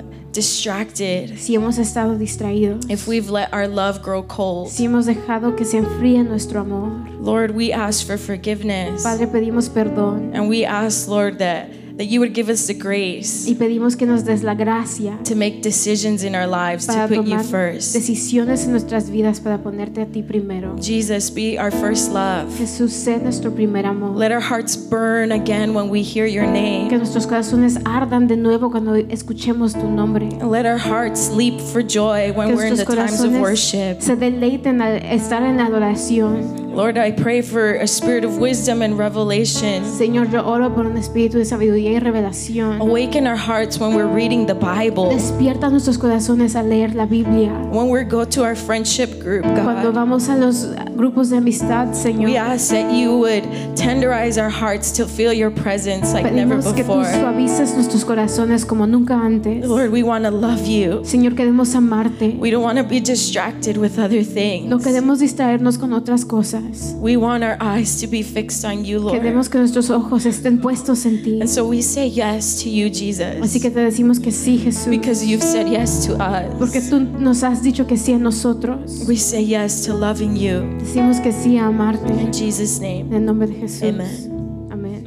[SPEAKER 10] distracted,
[SPEAKER 3] si hemos estado distraídos,
[SPEAKER 10] if we've let our love grow cold.
[SPEAKER 3] si hemos dejado que se enfríe nuestro amor.
[SPEAKER 10] Lord, we ask for forgiveness.
[SPEAKER 3] Padre, pedimos perdón
[SPEAKER 10] And we ask, Lord, that, that you would give us the grace
[SPEAKER 3] y pedimos que nos des la gracia
[SPEAKER 10] to make decisions in our lives to
[SPEAKER 3] para
[SPEAKER 10] put you
[SPEAKER 3] tomar
[SPEAKER 10] first.
[SPEAKER 3] decisiones en nuestras vidas para ponerte a ti primero.
[SPEAKER 10] Jesus, be our first love.
[SPEAKER 3] Jesús, sé nuestro primer amor.
[SPEAKER 10] Let our hearts burn again when we hear your
[SPEAKER 3] Que
[SPEAKER 10] name.
[SPEAKER 3] nuestros corazones ardan de nuevo cuando escuchemos tu nombre.
[SPEAKER 10] Let our hearts leap for joy
[SPEAKER 3] Que
[SPEAKER 10] when we're in
[SPEAKER 3] nuestros
[SPEAKER 10] the times of worship.
[SPEAKER 3] corazones se deleiten al estar en adoración.
[SPEAKER 10] Lord, I pray for a spirit of wisdom and revelation.
[SPEAKER 3] Señor, yo oro por un espíritu de sabiduría y revelación.
[SPEAKER 10] Awaken our hearts when we're reading the Bible,
[SPEAKER 3] Despierta nuestros corazones al leer la Biblia.
[SPEAKER 10] when we go to our friendship group,
[SPEAKER 3] Cuando
[SPEAKER 10] God.
[SPEAKER 3] vamos a los grupos de amistad,
[SPEAKER 10] We
[SPEAKER 3] Señor,
[SPEAKER 10] ask that you would tenderize our hearts to feel your presence like never
[SPEAKER 3] pedimos que tú
[SPEAKER 10] before.
[SPEAKER 3] suavices nuestros corazones como nunca antes.
[SPEAKER 10] Lord, we want to love you.
[SPEAKER 3] Señor, queremos amarte.
[SPEAKER 10] We don't want to be distracted with other
[SPEAKER 3] No
[SPEAKER 10] things.
[SPEAKER 3] queremos distraernos con otras cosas.
[SPEAKER 10] We want our eyes to be fixed on you, Lord.
[SPEAKER 3] Queremos que nuestros ojos estén puestos en ti.
[SPEAKER 10] And so we say yes to you,
[SPEAKER 3] Así que
[SPEAKER 10] Jesus,
[SPEAKER 3] te decimos que sí, Jesús.
[SPEAKER 10] because you've said yes to
[SPEAKER 3] Porque
[SPEAKER 10] us.
[SPEAKER 3] tú nos has dicho que sí a nosotros.
[SPEAKER 10] We say yes to loving you.
[SPEAKER 3] Decimos que sí a amarte.
[SPEAKER 10] In Jesus' name.
[SPEAKER 3] En el nombre de Jesús.
[SPEAKER 10] Amen.
[SPEAKER 3] Amén.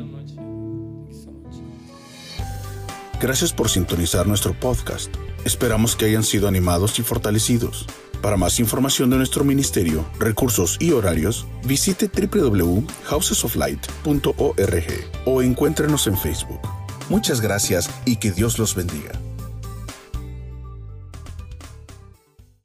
[SPEAKER 1] Gracias por sintonizar nuestro podcast. Esperamos que hayan sido animados y fortalecidos. Para más información de nuestro ministerio, recursos y horarios, visite www.housesoflight.org o encuéntrenos en Facebook. Muchas gracias y que Dios los bendiga.